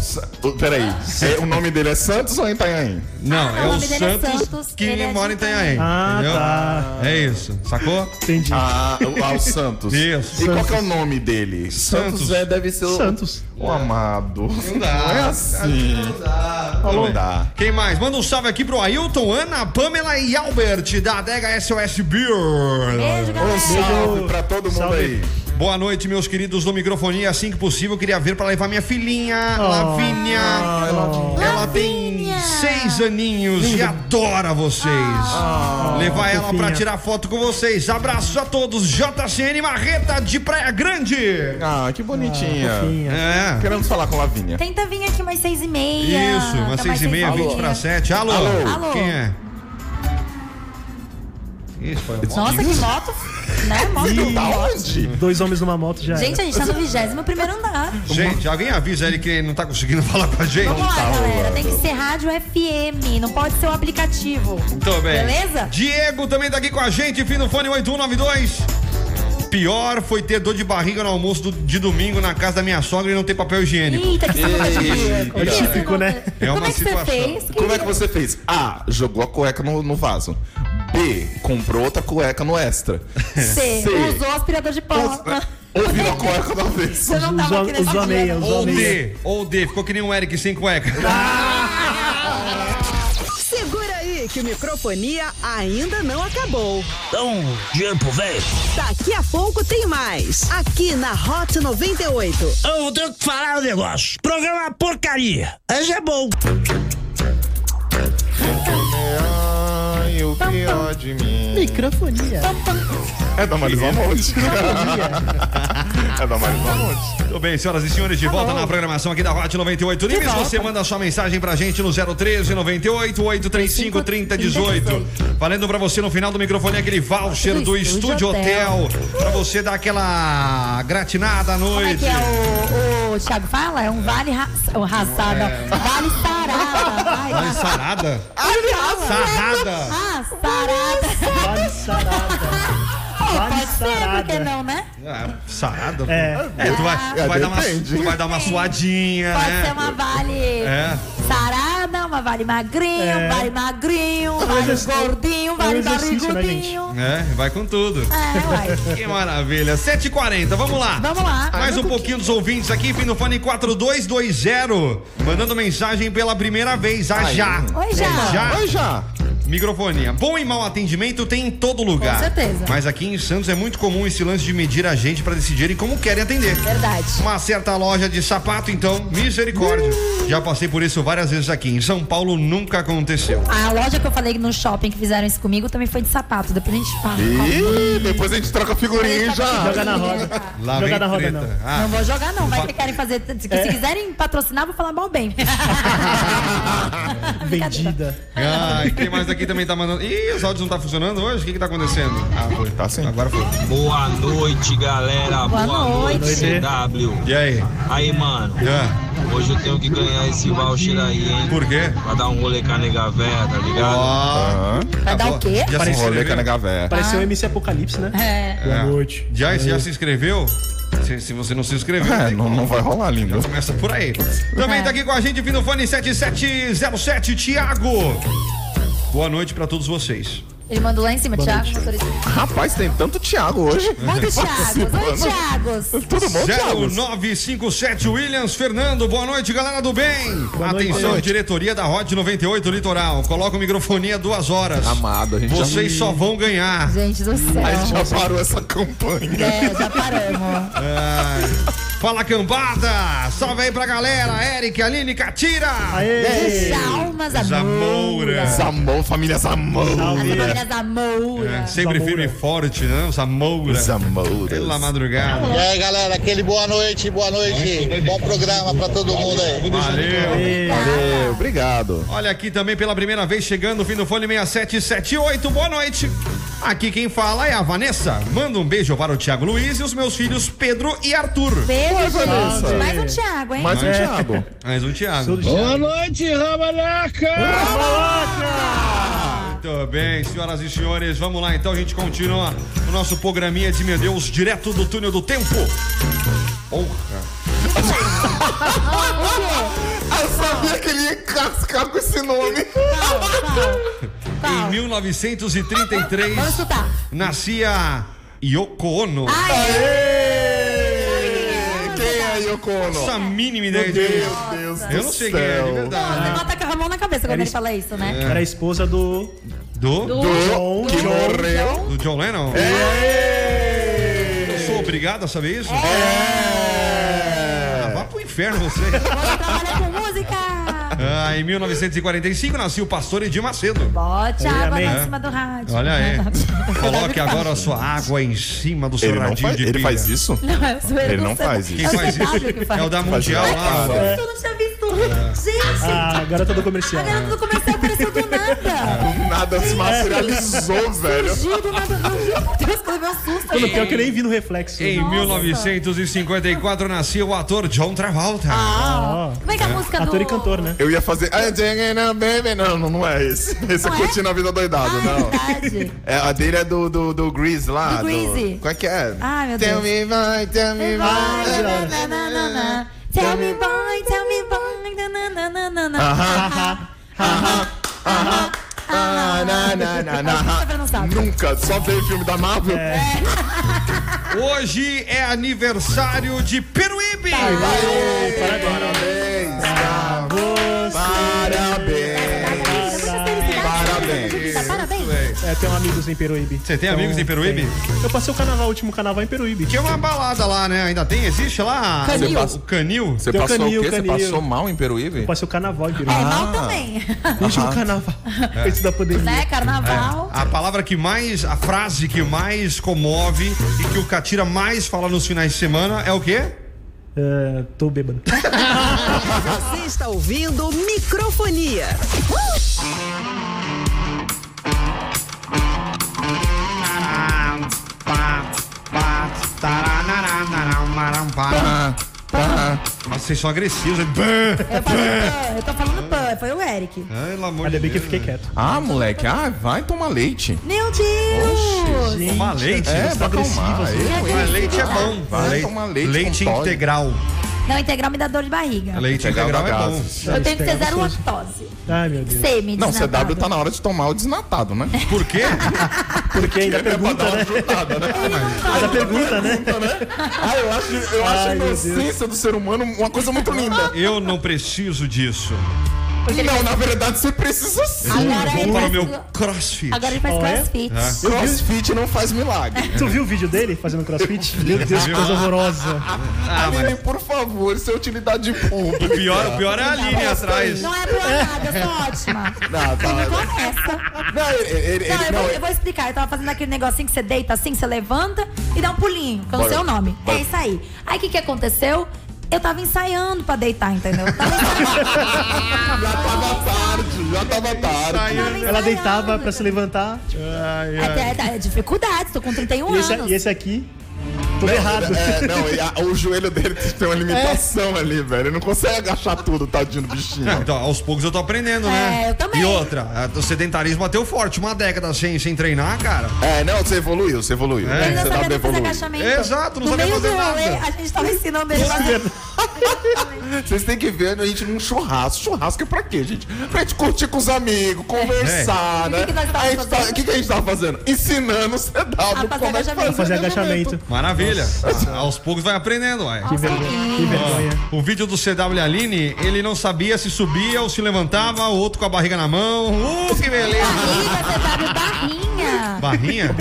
Speaker 6: Sa- o- Peraí, é- o nome dele é Santos ou é Itanhaém?
Speaker 5: Não,
Speaker 4: Ah,
Speaker 5: é
Speaker 4: o
Speaker 5: o
Speaker 4: nome dele é
Speaker 5: Santos,
Speaker 4: Santos,
Speaker 5: que
Speaker 4: ele é de
Speaker 5: mora em Itanhaém.
Speaker 7: Ah,
Speaker 5: entendeu?
Speaker 7: tá.
Speaker 5: É isso, sacou?
Speaker 7: Entendi.
Speaker 6: Ah, o, ah, o Santos.
Speaker 5: Isso.
Speaker 6: E qual que é o nome dele?
Speaker 5: Santos.
Speaker 6: é, deve ser o...
Speaker 7: Santos.
Speaker 6: O amado. Não
Speaker 5: dá.
Speaker 6: é assim. Não dá. Não dá.
Speaker 5: Quem mais? Manda um salve aqui pro Ailton, Ana, Pamela e Albert, da adega SOS Beer.
Speaker 4: Beijo,
Speaker 6: Um
Speaker 4: galera.
Speaker 6: salve pra todo mundo
Speaker 7: Salve.
Speaker 6: aí.
Speaker 5: Boa noite, meus queridos do microfonia. Assim que possível, eu queria ver para levar minha filhinha, Lavinha. Ela tem seis aninhos e adora vocês.
Speaker 4: Ah.
Speaker 5: levar ela para
Speaker 7: fofinha.
Speaker 5: tirar foto com vocês. Abraço a todos. JCN Marreta de Praia Grande.
Speaker 6: Ah, que bonitinha.
Speaker 7: Fofinha.
Speaker 5: É.
Speaker 6: Queremos falar com a Lavinha.
Speaker 4: Tenta vir aqui mais seis e meia.
Speaker 5: Isso, umas
Speaker 4: Tá
Speaker 5: seis
Speaker 4: mais
Speaker 5: e meia, vinte para sete. Alô?
Speaker 6: Alô?
Speaker 4: Alô?
Speaker 5: Quem é? Isso, foi um
Speaker 4: Nossa, que moto. Né?
Speaker 6: Ih,
Speaker 4: Moto.
Speaker 6: tá onde?
Speaker 7: Dois homens numa moto já. era.
Speaker 4: Gente, a gente tá no 21 andar.
Speaker 5: Gente, alguém avisa ele que ele não tá conseguindo falar com a gente?
Speaker 4: Vamos lá, galera. Tem que ser rádio FM, não pode ser o aplicativo.
Speaker 5: Muito bem.
Speaker 4: Beleza?
Speaker 5: Diego também tá aqui com a gente, fim do fone 8192. Pior foi ter dor de barriga no almoço do- de domingo na casa da minha sogra e não ter papel higiênico.
Speaker 4: Eita, que sacanagem.
Speaker 6: Eita.
Speaker 4: Isso não-
Speaker 7: Típico, né?
Speaker 5: É
Speaker 4: Como
Speaker 5: uma
Speaker 4: é que
Speaker 5: situação.
Speaker 4: você fez?
Speaker 6: Como é que você fez? A. Jogou a cueca no, no vaso. B. Comprou outra cueca no extra.
Speaker 4: Você
Speaker 6: Sim.
Speaker 4: usou aspirador de pó.
Speaker 6: Ouviu a cueca da vez.
Speaker 4: Você não tava
Speaker 7: Usou-
Speaker 4: aqui nesse
Speaker 7: usou a meia,
Speaker 4: dia.
Speaker 7: usou.
Speaker 5: Ou
Speaker 7: Amém.
Speaker 5: D, ou D, ficou que nem um Eric sem cueca.
Speaker 3: Segura aí que o microfonia ainda não acabou.
Speaker 2: Dá um dinheiro pro velho.
Speaker 3: Daqui a pouco tem mais. Aqui na Hot 98.
Speaker 1: Eu tenho que falar um negócio. Programa é uma porcaria. Mas é bom.
Speaker 6: Ai, o pior de mim.
Speaker 7: Microfonia.
Speaker 6: É da Marisa Monte. é da Marisa Monte.
Speaker 5: Tudo bem, senhoras e senhores, de
Speaker 4: Tá
Speaker 5: volta na programação aqui da Hot 98 Nimes. Você manda sua mensagem pra gente no 013 98 835 3018. Valendo pra você no final do microfone aquele voucher
Speaker 4: Do
Speaker 5: do
Speaker 4: Estúdio
Speaker 5: Estúdio
Speaker 4: Hotel.
Speaker 5: Hotel. Pra você dar aquela gratinada à
Speaker 4: Como é
Speaker 5: noite.
Speaker 4: que é o, o Thiago fala? É um vale ra... o raçada. Vale sarada.
Speaker 5: Ai,
Speaker 4: Vai, vai.
Speaker 5: sarada. Sarada.
Speaker 4: Ah, sarada.
Speaker 7: Vale sarada.
Speaker 4: Oh,
Speaker 7: Vale
Speaker 4: pode ser,
Speaker 7: sarada.
Speaker 4: por que não, né?
Speaker 5: Ah, sarada?
Speaker 7: É.
Speaker 5: É, tu vai, tu
Speaker 6: É,
Speaker 5: vai, dar, uma,
Speaker 6: depende.
Speaker 5: tu vai dar uma suadinha,
Speaker 4: Pode
Speaker 5: né?
Speaker 4: ser uma vale
Speaker 5: É.
Speaker 4: sarada, uma vale magrinho,
Speaker 7: É.
Speaker 4: vale magrinho, vale
Speaker 7: exercício-
Speaker 4: gordinho,
Speaker 7: é um
Speaker 4: vale
Speaker 7: exercício, né,
Speaker 4: barrigudinho.
Speaker 5: É, vai com tudo.
Speaker 4: É, uai.
Speaker 5: Que maravilha. 7h40, vamos lá.
Speaker 4: Vamos lá.
Speaker 5: Mais um pouquinho dos ouvintes aqui, fim do fone 4220. Mandando mensagem pela primeira vez, a Já.
Speaker 4: Oi, já.
Speaker 5: Já.
Speaker 6: Vai já.
Speaker 5: Microfonia. Bom e mau atendimento tem em todo lugar.
Speaker 4: Com certeza.
Speaker 5: Mas aqui em Santos é muito comum esse lance de medir a gente pra decidirem como querem atender.
Speaker 4: Verdade.
Speaker 5: Uma certa loja de sapato, então, misericórdia. Já passei por isso várias vezes aqui. Em São Paulo nunca aconteceu.
Speaker 4: A loja que eu falei no shopping que fizeram isso comigo também foi de sapato. Depois a gente fala.
Speaker 6: E depois a gente troca figurinha e já.
Speaker 7: Joga na roda.
Speaker 5: Lá
Speaker 7: Jogar
Speaker 5: vem
Speaker 7: na roda,
Speaker 5: treta.
Speaker 7: não.
Speaker 5: Ah,
Speaker 4: Não vou jogar, não. Vai que querem fazer. Se
Speaker 7: É.
Speaker 4: quiserem patrocinar, vou falar mal bem.
Speaker 7: Vendida.
Speaker 5: Ah, e quem mais aqui também tá mandando. Ih, os áudios não tá funcionando hoje? O que que tá acontecendo? Ah, foi.
Speaker 6: Tá sim.
Speaker 5: Agora foi.
Speaker 8: Boa noite, galera.
Speaker 4: Boa
Speaker 8: Boa,
Speaker 4: noite.
Speaker 8: noite. CW.
Speaker 5: E aí?
Speaker 8: Aí, mano,
Speaker 5: Ah,
Speaker 8: hoje eu tenho que ganhar esse voucher aí, hein?
Speaker 5: por quê?
Speaker 8: Pra dar um rolê com a nega véia, tá ligado?
Speaker 5: Ó.
Speaker 6: Ah,
Speaker 4: Vai dar o quê?
Speaker 5: Já se
Speaker 6: um rolê
Speaker 5: inscreveu?
Speaker 6: com a nega véia.
Speaker 7: Pareceu o MC um Apocalipse, né?
Speaker 4: É.
Speaker 7: Boa
Speaker 5: né, É.
Speaker 7: noite.
Speaker 5: Já, já se inscreveu? Se, se você Ah, não se inscreveu,
Speaker 6: É,
Speaker 5: tem
Speaker 6: não, não vai rolar, lindo.
Speaker 5: Começa por aí. Também tá aqui com a gente, Vino Fone 7707, Tiago. Boa noite pra todos vocês.
Speaker 4: Ele mandou lá em cima, Thiago, motorista.
Speaker 6: Rapaz, tem tanto Thiago hoje.
Speaker 4: Muitos Thiagos. Oi,
Speaker 6: Participando.
Speaker 4: Thiagos.
Speaker 6: Tudo bom, Thiago?
Speaker 5: 0957 Williams Fernando, boa noite, galera do bem.
Speaker 7: noite.
Speaker 5: Atenção,
Speaker 7: Boa
Speaker 5: diretoria da Rod 98 Litoral. Coloca o microfone a duas horas.
Speaker 6: Amado, a gente já-
Speaker 5: Vocês só vão ganhar.
Speaker 4: Gente do
Speaker 6: A gente já
Speaker 4: céu.
Speaker 6: parou essa campanha.
Speaker 4: É, já paramos.
Speaker 5: Fala cambada! Salve aí pra galera, Eric, Aline, Catira!
Speaker 7: Aê!
Speaker 4: Desalmas,
Speaker 5: Zamoura.
Speaker 4: amores.
Speaker 6: Zamou, família Zamou.
Speaker 4: As
Speaker 7: Salve.
Speaker 4: famílias Zamoura.
Speaker 5: É, sempre
Speaker 7: Zamoura.
Speaker 5: firme e forte, né? Zamoura. Pela
Speaker 6: Zamoura.
Speaker 5: madrugada.
Speaker 9: E aí, galera, aquele boa noite, boa noite. Bom programa pra todo mundo aí.
Speaker 5: Valeu.
Speaker 6: Valeu, obrigado.
Speaker 5: Olha aqui também pela primeira vez chegando, fim do fone 6778. Boa noite. Aqui quem fala é a Vanessa. Manda um beijo para o Thiago Luiz e os meus filhos Pedro e Arthur.
Speaker 4: Beijo,
Speaker 6: Vanessa.
Speaker 4: gente. Mais um Thiago, hein?
Speaker 6: Mais um
Speaker 7: É.
Speaker 6: Thiago.
Speaker 5: Mais um Thiago.
Speaker 9: Boa noite, Ramalaca!
Speaker 5: Muito bem, senhoras e senhores, vamos lá então, a gente continua o nosso programinha de meu Deus, direto do túnel do tempo. Honra.
Speaker 6: Eu sabia que ele ia cascar com esse nome.
Speaker 4: Qual, qual?
Speaker 5: Em
Speaker 4: Qual?
Speaker 5: 1933,
Speaker 4: Vamos escutar.
Speaker 5: nascia Yoko Ono.
Speaker 6: Quem é Yoko Ono?
Speaker 5: Essa mínima ideia de
Speaker 6: Meu Deus do
Speaker 5: Eu não sei quem é, de
Speaker 6: céu.
Speaker 5: verdade.
Speaker 4: Você bota a mão na cabeça quando ele fala isso, né?
Speaker 7: Era a esposa do
Speaker 5: Do,
Speaker 6: Do-
Speaker 7: John.
Speaker 6: que
Speaker 7: John.
Speaker 6: morreu.
Speaker 5: do John Lennon?
Speaker 6: Ei!
Speaker 5: Eu sou obrigado a saber isso?
Speaker 6: É.
Speaker 5: Ah, vá pro inferno você.
Speaker 4: Você trabalha com música!
Speaker 5: Ah, em 1945 nasceu o pastor Edir Macedo.
Speaker 4: Bote a água lá
Speaker 5: É.
Speaker 4: tá em cima do rádio.
Speaker 5: Olha aí. Coloque
Speaker 4: Tá brincando.
Speaker 5: agora a sua água em cima do seu
Speaker 6: Ele, não
Speaker 5: radinho
Speaker 6: faz,
Speaker 5: de
Speaker 6: ele
Speaker 5: pilha.
Speaker 6: faz isso?
Speaker 4: Não, é zoeira,
Speaker 6: Ele não
Speaker 4: sei.
Speaker 6: faz
Speaker 5: Quem
Speaker 6: isso.
Speaker 4: É o
Speaker 5: faz
Speaker 4: CW que
Speaker 5: isso
Speaker 4: faz.
Speaker 5: é o da Mundial lá.
Speaker 6: Faz
Speaker 4: Eu não tinha visto. Gente,
Speaker 7: A garota do
Speaker 4: a
Speaker 7: comercial.
Speaker 4: garota do comercial apareceu do nada.
Speaker 6: Do nada se materializou, velho.
Speaker 4: Surgiu do nada. Meu Deus, quando eu dei um susto.
Speaker 7: Quando pior que eu nem vi no reflexo.
Speaker 5: Em
Speaker 4: Nossa.
Speaker 5: 1954 nasceu o ator John Travolta.
Speaker 4: Ah, Como é que é a música do...
Speaker 7: Ator e cantor, né?
Speaker 6: Eu ia fazer. "Ah, dang, não, baby", Não, não, não é esse. Esse
Speaker 4: Não
Speaker 6: é
Speaker 4: é?
Speaker 6: curtindo a vida doidado,
Speaker 4: Ah,
Speaker 6: não.
Speaker 4: verdade.
Speaker 6: É, a dele é do, do, do Grease lá.
Speaker 4: Do Grease.
Speaker 6: Qual é que é?
Speaker 4: Ai, meu
Speaker 6: tell me
Speaker 4: Deus.
Speaker 6: why, tell me why.
Speaker 4: Na, na, na, na. Tell me boy, tell me boy, na, na, na, na, na, na.
Speaker 6: Ah, na, na, na, na.
Speaker 4: Essa não sabe.
Speaker 6: Nunca, só veio filme da Marvel.
Speaker 5: Hoje é aniversário de Peruíbe.
Speaker 4: Tá.
Speaker 6: Parabéns pra você. Parabéns.
Speaker 4: Muitas felicidades.
Speaker 6: Parabéns.
Speaker 4: Muita né? Tá, Parabéns.
Speaker 7: É, tenho amigos em Peruíbe.
Speaker 5: Você tem amigos em Peruíbe?
Speaker 7: Tenho. Eu passei o carnaval, o último carnaval em Peruíbe.
Speaker 5: Que é uma balada lá, né? Ainda tem? Existe lá?
Speaker 4: Canil.
Speaker 5: Você passa- O canil?
Speaker 6: Você
Speaker 7: Deu
Speaker 6: passou
Speaker 7: canil,
Speaker 6: o quê?
Speaker 7: canil.
Speaker 6: Você passou mal em Peruíbe?
Speaker 7: Passei o carnaval em
Speaker 4: É,
Speaker 7: Peruíbe.
Speaker 4: mal também.
Speaker 7: último carnaval.
Speaker 5: Ah.
Speaker 7: Antes da pandemia.
Speaker 4: Né, carnaval.
Speaker 5: A palavra que mais, a frase que mais comove e que o Catira mais fala nos finais de semana é o quê?
Speaker 7: É, tô bêbado.
Speaker 3: Você está ouvindo Microfonia.
Speaker 5: Nossa, vocês são agressivos. hein? Bã!
Speaker 4: Eu falei pan, eu tô falando pan, foi o Eric.
Speaker 5: Pelo amor de
Speaker 7: Ainda bem
Speaker 5: Deus.
Speaker 7: que eu fiquei quieto.
Speaker 6: Ah, moleque, ah, vai tomar leite.
Speaker 4: Meu Deus!
Speaker 5: Tomar leite?
Speaker 6: É, pra acalmar.
Speaker 4: É
Speaker 5: Mas leite é bom.
Speaker 6: Vai
Speaker 5: Leite-
Speaker 6: tomar leite com toddy.
Speaker 5: integral.
Speaker 4: Não, integral me dá dor de barriga.
Speaker 5: Leite
Speaker 6: Integral
Speaker 5: integral
Speaker 6: da
Speaker 5: é bom.
Speaker 6: Graças.
Speaker 4: Eu tenho que ser
Speaker 7: Integral
Speaker 4: zero
Speaker 7: gostoso.
Speaker 4: lactose.
Speaker 7: Ai, meu Deus.
Speaker 4: Semi,
Speaker 6: Não,
Speaker 4: desnatado.
Speaker 6: CW tá na hora de tomar o desnatado, né?
Speaker 5: Por quê?
Speaker 7: Porque ainda pergunta, né?
Speaker 6: ajudada, né?
Speaker 7: Ainda pergunta, né?
Speaker 6: Ah, eu acho, eu acho a
Speaker 7: Ai, meu Deus.
Speaker 6: inocência do ser humano uma coisa muito linda.
Speaker 5: Eu não preciso disso.
Speaker 6: Não, na verdade você precisa sim.
Speaker 4: Agora
Speaker 5: Vou para
Speaker 4: ele
Speaker 5: o
Speaker 4: faz,
Speaker 5: né, meu crossfit.
Speaker 4: agora ele faz
Speaker 7: Ó, é?
Speaker 4: crossfit.
Speaker 6: Ah. Crossfit não faz milagre.
Speaker 7: Tu viu o vídeo dele fazendo crossfit? Meu Deus, que coisa horrorosa.
Speaker 5: Ah, mas
Speaker 6: Aline, por favor, isso é utilidade
Speaker 5: o
Speaker 6: pública.
Speaker 5: pior, o pior é a Aline atrás.
Speaker 4: Não é boa nada, eu sou ótima.
Speaker 6: Não, tá.
Speaker 4: Não começa.
Speaker 6: Não, ele, ele, ele-
Speaker 4: Não, eu,
Speaker 6: não,
Speaker 4: vou, eu vou explicar. Eu tava fazendo aquele negocinho que você deita assim, você levanta e dá um pulinho, que eu não
Speaker 6: Bora.
Speaker 4: sei o nome.
Speaker 6: Bora.
Speaker 4: É isso aí. Aí o que, que aconteceu? Eu tava ensaiando pra deitar, entendeu? Eu tava ensaiando.
Speaker 6: já tava tarde, já tava tarde.
Speaker 4: Tava
Speaker 7: Ela
Speaker 4: ensaiando.
Speaker 7: deitava pra se levantar.
Speaker 4: É, é, é dificuldade, tô com 31
Speaker 7: E esse, é-
Speaker 4: anos.
Speaker 7: e esse aqui, tudo errado.
Speaker 6: É, não, e a- o joelho dele tem uma limitação
Speaker 4: É.
Speaker 6: ali, velho. Ele não consegue agachar tudo, tadinho do bichinho.
Speaker 5: Então, aos poucos eu tô aprendendo, né?
Speaker 4: É, eu também.
Speaker 5: E outra, a- o sedentarismo bateu forte. Uma década sem, sem treinar, cara.
Speaker 6: É, não, você evoluiu, você tá evoluiu.
Speaker 4: Ele É. não
Speaker 6: CW
Speaker 4: sabia fazer
Speaker 6: evoluiu.
Speaker 4: agachamento.
Speaker 5: Exato, não
Speaker 4: no
Speaker 5: sabia
Speaker 4: meio
Speaker 5: fazer
Speaker 4: do rolê,
Speaker 5: nada.
Speaker 4: a gente tava ensinando ele. a fazer-
Speaker 6: Vocês têm que ver a gente num churrasco. Churrasco é pra quê, gente? Pra gente curtir com os amigos, conversar,
Speaker 4: É.
Speaker 6: né?
Speaker 4: E o que que nós tava
Speaker 6: A gente tá-
Speaker 4: fazendo?
Speaker 6: O que, que a gente tava fazendo? Ensinando o CW
Speaker 4: fazer
Speaker 6: como é que
Speaker 4: agachamento.
Speaker 6: faz
Speaker 7: Fazer agachamento.
Speaker 5: Maravilha. A- aos poucos vai aprendendo, vai.
Speaker 7: Que vergonha. Que vergonha.
Speaker 5: O vídeo do CW Aline, ele não sabia se subia ou se levantava, o outro com a barriga na mão. Uh, que beleza!
Speaker 4: Barriga, você sabe, barrinha.
Speaker 5: Barrinha?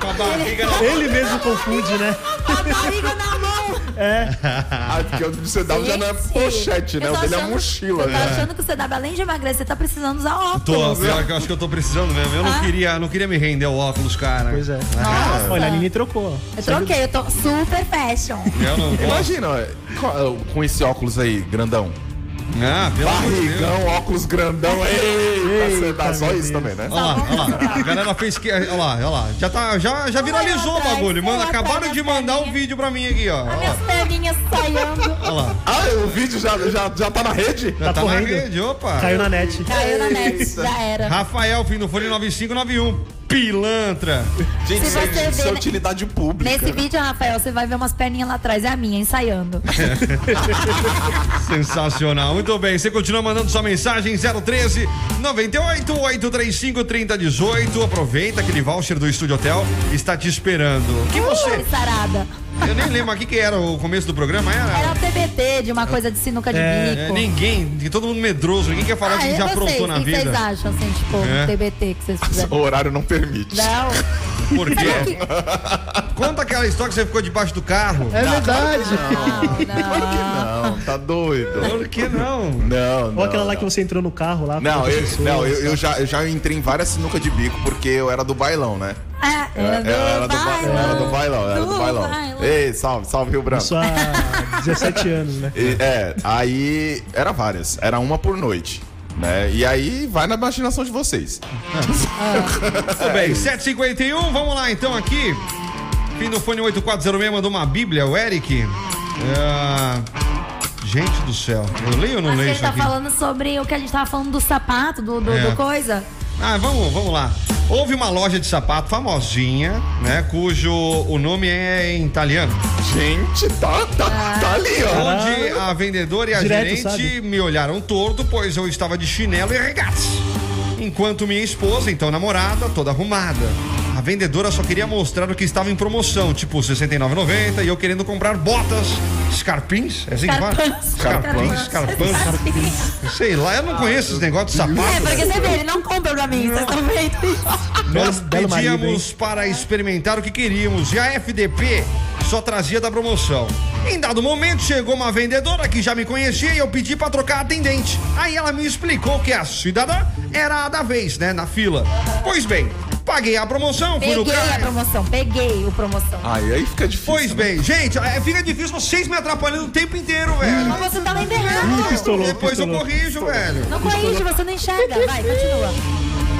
Speaker 5: Com a barriga na
Speaker 7: Ele mesmo confunde, né?
Speaker 4: A barriga na mão.
Speaker 6: Ah, porque o do CW já não é
Speaker 4: Gente,
Speaker 6: pochete, né?
Speaker 4: eu
Speaker 6: O
Speaker 4: tô
Speaker 6: dele é
Speaker 4: achando-
Speaker 6: mochila,
Speaker 4: Eu tô
Speaker 6: né?
Speaker 4: achando que o CW, além de emagrecer, você tá precisando usar
Speaker 5: Tô,
Speaker 4: óculos.
Speaker 5: pior que eu acho que eu tô precisando mesmo. Eu não
Speaker 4: Ah.
Speaker 5: queria, não queria me render ao óculos, cara.
Speaker 7: Pois é.
Speaker 4: Nossa.
Speaker 7: Olha, a Nini trocou.
Speaker 4: Eu troquei, eu tô super fashion.
Speaker 5: Eu não gosto.
Speaker 6: Imagina, ó, co- com esse óculos aí, grandão.
Speaker 5: Ah, pelo amor de Deus.
Speaker 6: Barrigão, óculos grandão. Eita,
Speaker 7: Eita,
Speaker 6: CW, só
Speaker 7: meu Deus.
Speaker 6: isso também, né?
Speaker 5: Olha lá, olha lá. A galera fez que. Olha lá, olha lá. Já, tá, já, já viralizou o
Speaker 4: atrás,
Speaker 5: bagulho.
Speaker 4: foi
Speaker 5: Manda,
Speaker 4: atrás
Speaker 5: acabaram
Speaker 4: da
Speaker 5: de mandar um
Speaker 4: perninha.
Speaker 5: vídeo pra mim aqui, ó. Olha
Speaker 4: Minhas
Speaker 5: lá,
Speaker 4: perninhas saindo.
Speaker 5: olha lá.
Speaker 6: Ah, o vídeo já, já, já tá na rede?
Speaker 5: Já tá, na
Speaker 7: correndo.
Speaker 5: rede, opa.
Speaker 7: Caiu na net.
Speaker 4: Caiu na net, já era.
Speaker 5: Rafael, fim do fone 9591. Pilantra.
Speaker 6: Gente,
Speaker 4: Se
Speaker 6: isso é-
Speaker 4: você
Speaker 6: isso
Speaker 4: vê,
Speaker 6: é
Speaker 4: né?
Speaker 6: utilidade pública.
Speaker 4: Nesse vídeo, Rafael, você vai ver umas perninhas lá atrás, é a minha, ensaiando.
Speaker 5: Sensacional. Muito bem, você continua mandando sua mensagem 013 98 835 3018. Aproveita aquele voucher do Estúdio Hotel está te esperando. O que você
Speaker 4: Ui, sarada.
Speaker 5: Eu nem lembro aqui que era o começo do programa,
Speaker 4: Era
Speaker 5: era.
Speaker 4: o TBT de uma coisa de sinuca de
Speaker 5: É,
Speaker 4: bico.
Speaker 5: ninguém, que todo mundo medroso, ninguém quer falar
Speaker 4: ah,
Speaker 5: que
Speaker 4: e
Speaker 5: já
Speaker 4: vocês,
Speaker 5: aprontou
Speaker 4: o
Speaker 5: na
Speaker 4: que vocês
Speaker 5: vida.
Speaker 4: acham, assim, tipo,
Speaker 5: É.
Speaker 4: o TBT que vocês
Speaker 6: O
Speaker 4: fizeram?
Speaker 6: horário não permite.
Speaker 4: Não. é
Speaker 5: Por quê? Conta aquela história que você ficou debaixo do carro.
Speaker 10: É verdade.
Speaker 6: Claro que não, tá doido.
Speaker 5: Por que não?
Speaker 6: Não, não.
Speaker 7: Ou aquela lá
Speaker 6: não.
Speaker 7: que você entrou no carro lá. com
Speaker 6: Não,
Speaker 7: outras
Speaker 6: eu,
Speaker 7: pessoas.
Speaker 6: não eu, eu já, eu já entrei em várias sinuca de bico porque eu era do bailão, né?
Speaker 4: Ah,
Speaker 5: É,
Speaker 6: Eu,
Speaker 4: era do
Speaker 6: eu era, do ba- eu era do bailão, eu era
Speaker 4: Do
Speaker 6: do bailão.
Speaker 4: bailão.
Speaker 6: Ei, salve, salve Rio Branco.
Speaker 7: Isso há 17 anos, né?
Speaker 6: E, É, aí era várias, era uma por noite. Né? E aí vai na imaginação de vocês.
Speaker 5: Tudo bem, 7h51, vamos lá então aqui. Fim do fone 8406 mandou uma bíblia, o Eric. Ah, gente do céu, eu leio ou não
Speaker 4: Mas
Speaker 5: leio
Speaker 4: ele
Speaker 5: isso
Speaker 4: tá
Speaker 5: aqui?
Speaker 4: falando sobre o que a gente tava falando do sapato, do, do,
Speaker 5: É.
Speaker 4: do coisa.
Speaker 5: Ah, vamos, vamos lá. Houve uma loja de sapato famosinha, né? Cujo o nome é em italiano.
Speaker 6: Gente, tá, tá,
Speaker 4: Ah.
Speaker 6: tá ali, ó.
Speaker 5: Onde a vendedora e a
Speaker 7: Direto,
Speaker 5: gerente
Speaker 7: sabe?
Speaker 5: me olharam torto, pois eu estava de chinelo e regatas. Enquanto minha esposa, então namorada, toda arrumada. A vendedora só queria mostrar o que estava em promoção, tipo R$ 69,90 e eu querendo comprar botas, escarpins, é assim que fala? Escarpins, escarpãs, sei lá, eu não conheço esses negócios de sapato.
Speaker 4: assim. É, porque você vê, ele não compra pra mim, vocês estão vendo isso.
Speaker 5: Nós
Speaker 7: Belo- belo marido,
Speaker 5: pedíamos para experimentar o que queríamos e a FDP só trazia da promoção. Em dado momento chegou uma vendedora que já me conhecia e eu pedi para trocar a atendente. Aí ela me explicou que a cidadã era a da vez, né, na fila. Pois bem, paguei a promoção, fui no
Speaker 4: Peguei a
Speaker 5: caixa.
Speaker 4: promoção, peguei o promoção.
Speaker 6: Aí, aí fica difícil. né?
Speaker 5: Pois bem, gente, é, fica difícil vocês me atrapalhando o tempo inteiro, velho.
Speaker 4: Mas você não tá lendo errado.
Speaker 7: Pistolou,
Speaker 5: Depois eu
Speaker 7: pistolou.
Speaker 5: corrijo, velho.
Speaker 4: Não corrige, você não enxerga. Vai, continua.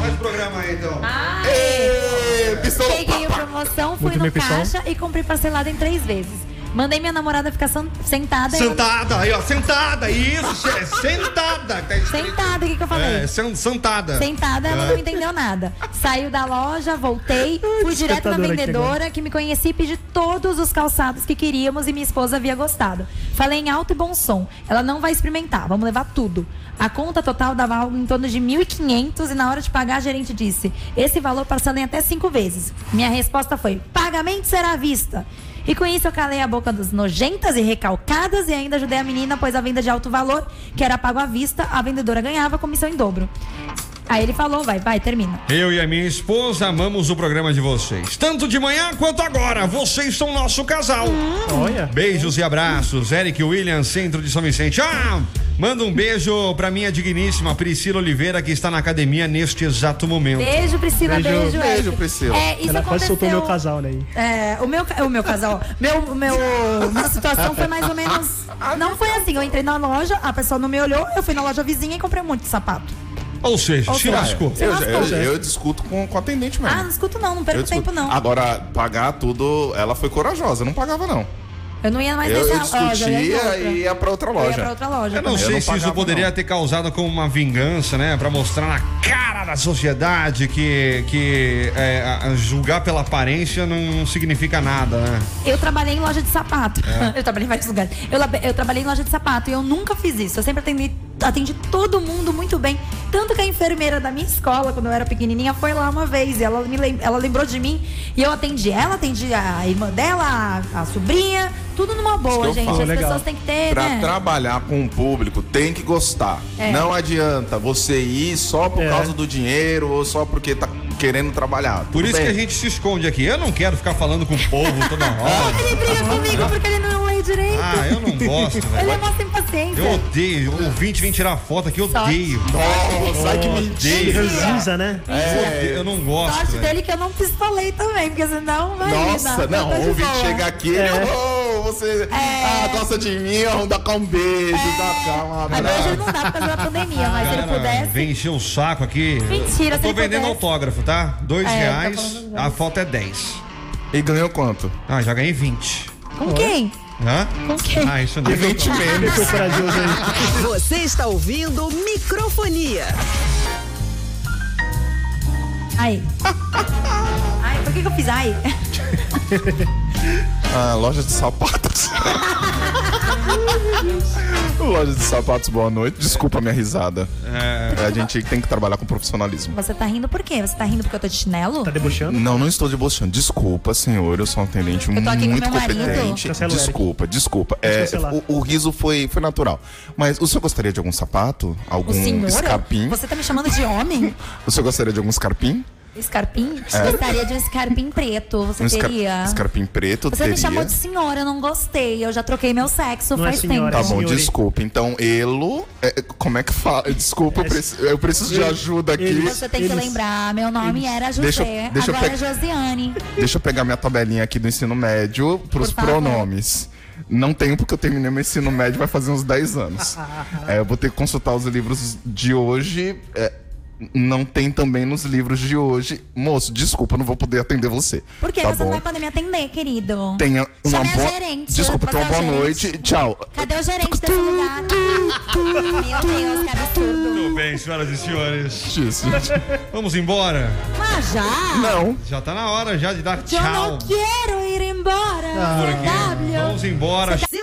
Speaker 5: Faz o programa aí então.
Speaker 4: Ah,
Speaker 6: Ê, pistola.
Speaker 4: Peguei a promoção, fui
Speaker 7: Muito bem,
Speaker 4: no
Speaker 7: pessoal.
Speaker 4: caixa e comprei parcelado em três vezes. Mandei minha namorada ficar san- sentada. eu-
Speaker 5: Sentada, aí ó, sentada, isso, é sentada. Tá escrito.
Speaker 4: Sentada, o que, que eu falei?
Speaker 5: É, sen- sentada.
Speaker 4: Sentada, ela não entendeu nada. Saiu da loja, voltei, fui direto na
Speaker 7: despertadora que
Speaker 4: vendedora que me conhecia e pedi todos os calçados que queríamos e minha esposa havia gostado. Falei em alto e bom som. Ela não vai experimentar, vamos levar tudo. A conta total dava algo em torno de 1.500 e na hora de pagar a gerente disse: "Esse valor passando em até cinco vezes". Minha resposta foi: "Pagamento será à vista". E com isso eu calei a boca dos nojentas e recalcadas e ainda ajudei a menina, pois a venda de alto valor, que era pago à vista, a vendedora ganhava comissão em dobro. Aí ele falou, vai, vai, termina.
Speaker 5: Eu e a minha esposa amamos o programa de vocês. Tanto de manhã quanto agora. Vocês são nosso casal.
Speaker 7: Olha.
Speaker 5: Beijos e abraços. Eric Williams, centro de São Vicente. Ah! Manda um beijo pra minha digníssima Priscila Oliveira, que está na academia neste exato momento.
Speaker 4: Beijo, Priscila, beijo,
Speaker 7: Beijo.
Speaker 4: beijo,
Speaker 6: Beijo,
Speaker 4: Eric.
Speaker 6: Priscila.
Speaker 4: É, isso
Speaker 7: Ela quase
Speaker 4: aconteceu.
Speaker 7: soltou meu casal, né? aí.
Speaker 4: É, o meu, ca- o meu casal, ó. meu, o meu, minha situação foi mais ou menos, não foi assim, eu entrei na loja, a pessoa não me olhou, eu fui na loja vizinha e comprei um monte de sapato.
Speaker 5: Ou seja,
Speaker 4: Ou
Speaker 5: se
Speaker 4: seja,
Speaker 5: lascou.
Speaker 4: se
Speaker 6: É, Eu,
Speaker 4: lascou.
Speaker 6: eu, eu discuto com, com a atendente mesmo.
Speaker 4: Ah, não escuto não, não
Speaker 6: Eu Ah,
Speaker 4: perco
Speaker 6: discuto.
Speaker 4: tempo não.
Speaker 6: Agora, pagar tudo, ela foi corajosa, não pagava não.
Speaker 4: Eu não ia mais
Speaker 6: Eu, eu
Speaker 4: nessa loja, eu Ah, ia em
Speaker 6: discutia
Speaker 4: outra.
Speaker 6: e ia pra outra
Speaker 4: Eu ia pra
Speaker 6: loja.
Speaker 4: outra loja.
Speaker 5: Eu não
Speaker 4: também.
Speaker 5: sei
Speaker 6: não
Speaker 5: se isso
Speaker 6: pagava,
Speaker 5: poderia
Speaker 6: não.
Speaker 5: ter causado como uma vingança, né? Pra mostrar na cara da sociedade que, que é, a- a julgar pela aparência não, não significa nada, né?
Speaker 4: Eu trabalhei em loja de sapato. Eu trabalhei em vários lugares. Eu, labe- eu trabalhei em loja de sapato e eu nunca fiz isso. Eu sempre atendi, atendi todo mundo muito bem. Tanto que a enfermeira da minha escola, quando eu era pequenininha, foi lá uma vez. E ela, me lem- ela lembrou de mim. E eu atendi ela, atendi a irmã dela, a, a sobrinha. Tudo numa boa,
Speaker 6: eu
Speaker 4: gente.
Speaker 6: falo.
Speaker 4: As
Speaker 7: Legal.
Speaker 4: pessoas têm que ter,
Speaker 6: Pra
Speaker 4: né?
Speaker 6: trabalhar com o público, tem que gostar.
Speaker 4: É.
Speaker 6: Não adianta você ir só por
Speaker 7: É.
Speaker 6: causa do dinheiro ou só porque tá querendo trabalhar.
Speaker 5: Por
Speaker 6: Tudo
Speaker 5: isso
Speaker 6: bem.
Speaker 5: que a gente se esconde aqui. Eu não quero ficar falando com o povo toda hora.
Speaker 4: Ele briga comigo porque ele não lê direito.
Speaker 5: Ah, eu não gosto,
Speaker 4: Ele é
Speaker 5: velho.
Speaker 4: mó sem paciência.
Speaker 5: Eu odeio. O ouvinte vem tirar foto aqui, eu
Speaker 4: Sorte.
Speaker 5: odeio.
Speaker 6: Nossa, ai que
Speaker 7: Ele
Speaker 6: mentira.
Speaker 7: ranzinza, né?
Speaker 5: É, eu não gosto.
Speaker 4: Sorte
Speaker 5: velho.
Speaker 4: dele que eu não pistolei também, porque senão vai.
Speaker 6: Nossa, não,
Speaker 4: tá de
Speaker 6: o ouvinte
Speaker 4: boa.
Speaker 6: chega aqui, ele,
Speaker 7: É.
Speaker 6: "Oh, você ah, gosta de mim, oh, dá cá um beijo, dá cá um
Speaker 4: Agora
Speaker 6: abraço.
Speaker 4: já não dá por causa da
Speaker 6: Ah,
Speaker 4: pandemia, mas se ele
Speaker 5: Cara,
Speaker 4: pudesse.
Speaker 5: Vem encher o saco aqui. eu
Speaker 4: Mentira, se
Speaker 5: tô
Speaker 4: ele
Speaker 5: vendendo
Speaker 4: pudesse.
Speaker 5: autógrafo, tá? Dois
Speaker 4: É, tá
Speaker 5: reais,
Speaker 4: falando
Speaker 5: a foto é dez.
Speaker 6: E ganhou quanto?
Speaker 5: Ah, já ganhei vinte.
Speaker 4: Com quem?
Speaker 5: Hã?
Speaker 4: Com quem?
Speaker 5: Ah, isso não.
Speaker 6: E 20 memes.
Speaker 7: Foi é corajoso aí.
Speaker 3: Você está ouvindo Microfonia.
Speaker 4: Aí. Ai, por que, que eu fiz ai?
Speaker 6: Ah, loja de sapatos. Loja de sapatos, boa noite. Desculpa a minha risada.
Speaker 7: É.
Speaker 6: A gente tem que trabalhar com profissionalismo.
Speaker 4: Você tá rindo por quê? Você tá rindo porque eu tô de chinelo?
Speaker 7: Tá debochando?
Speaker 6: Não, não estou debochando. Desculpa, senhor. Eu sou um atendente
Speaker 4: Eu tô aqui com
Speaker 6: muito
Speaker 4: meu marido.
Speaker 6: competente.
Speaker 7: Cancela o Eric.
Speaker 6: Desculpa, desculpa. É,
Speaker 7: cancelar.
Speaker 6: o, o riso foi, foi natural. Mas o senhor gostaria de algum sapato?
Speaker 4: O
Speaker 6: Algum
Speaker 4: senhor?
Speaker 6: escarpim?
Speaker 4: Você tá me chamando de homem?
Speaker 6: O senhor gostaria de algum escarpim?
Speaker 4: Escarpim? Gostaria de um escarpim preto. Você
Speaker 6: É. Um escar-
Speaker 4: teria.
Speaker 6: escarpim preto?
Speaker 4: Você
Speaker 6: teria.
Speaker 4: me chamou de senhora, eu não gostei. Eu já troquei meu sexo
Speaker 7: Não é
Speaker 4: faz tempo.
Speaker 7: senhora,
Speaker 6: Tá bom,
Speaker 7: Senhorita.
Speaker 6: desculpa. Então, Elo. é, como é que fala? Desculpa, eu, preci- eu preciso de ajuda aqui.
Speaker 7: ele-
Speaker 4: Você tem que
Speaker 7: Eles-
Speaker 4: lembrar, meu nome era José,
Speaker 6: Deixa eu- deixa eu
Speaker 4: agora é
Speaker 6: pe-
Speaker 4: Josiane.
Speaker 6: Deixa eu pegar minha tabelinha aqui do ensino médio pros
Speaker 4: Por favor.
Speaker 6: pronomes. Não tenho, porque eu terminei meu ensino médio vai fazer uns 10 anos. É, eu vou ter que consultar os livros de hoje. É, não tem também nos livros de hoje. Moço, desculpa, eu não vou poder atender você.
Speaker 4: Por que
Speaker 6: tá
Speaker 4: você
Speaker 6: bom?
Speaker 4: não vai poder me atender, querido?
Speaker 6: Tenha uma
Speaker 4: Chame a
Speaker 6: boa...
Speaker 4: gerente,
Speaker 6: Desculpa,
Speaker 4: você
Speaker 6: tenha
Speaker 4: é
Speaker 6: uma boa
Speaker 4: o gerente.
Speaker 6: noite. Tchau.
Speaker 4: Cadê o gerente desse lugar? Meu Deus, que absurdo.
Speaker 5: Tudo bem, senhoras e senhores.
Speaker 6: Isso.
Speaker 5: Vamos embora.
Speaker 4: Mas já?
Speaker 6: Não.
Speaker 5: Já tá na hora já de dar
Speaker 4: Eu
Speaker 5: tchau.
Speaker 4: não quero ir embora. CW.
Speaker 5: Vamos
Speaker 4: tá
Speaker 5: embora.
Speaker 3: Você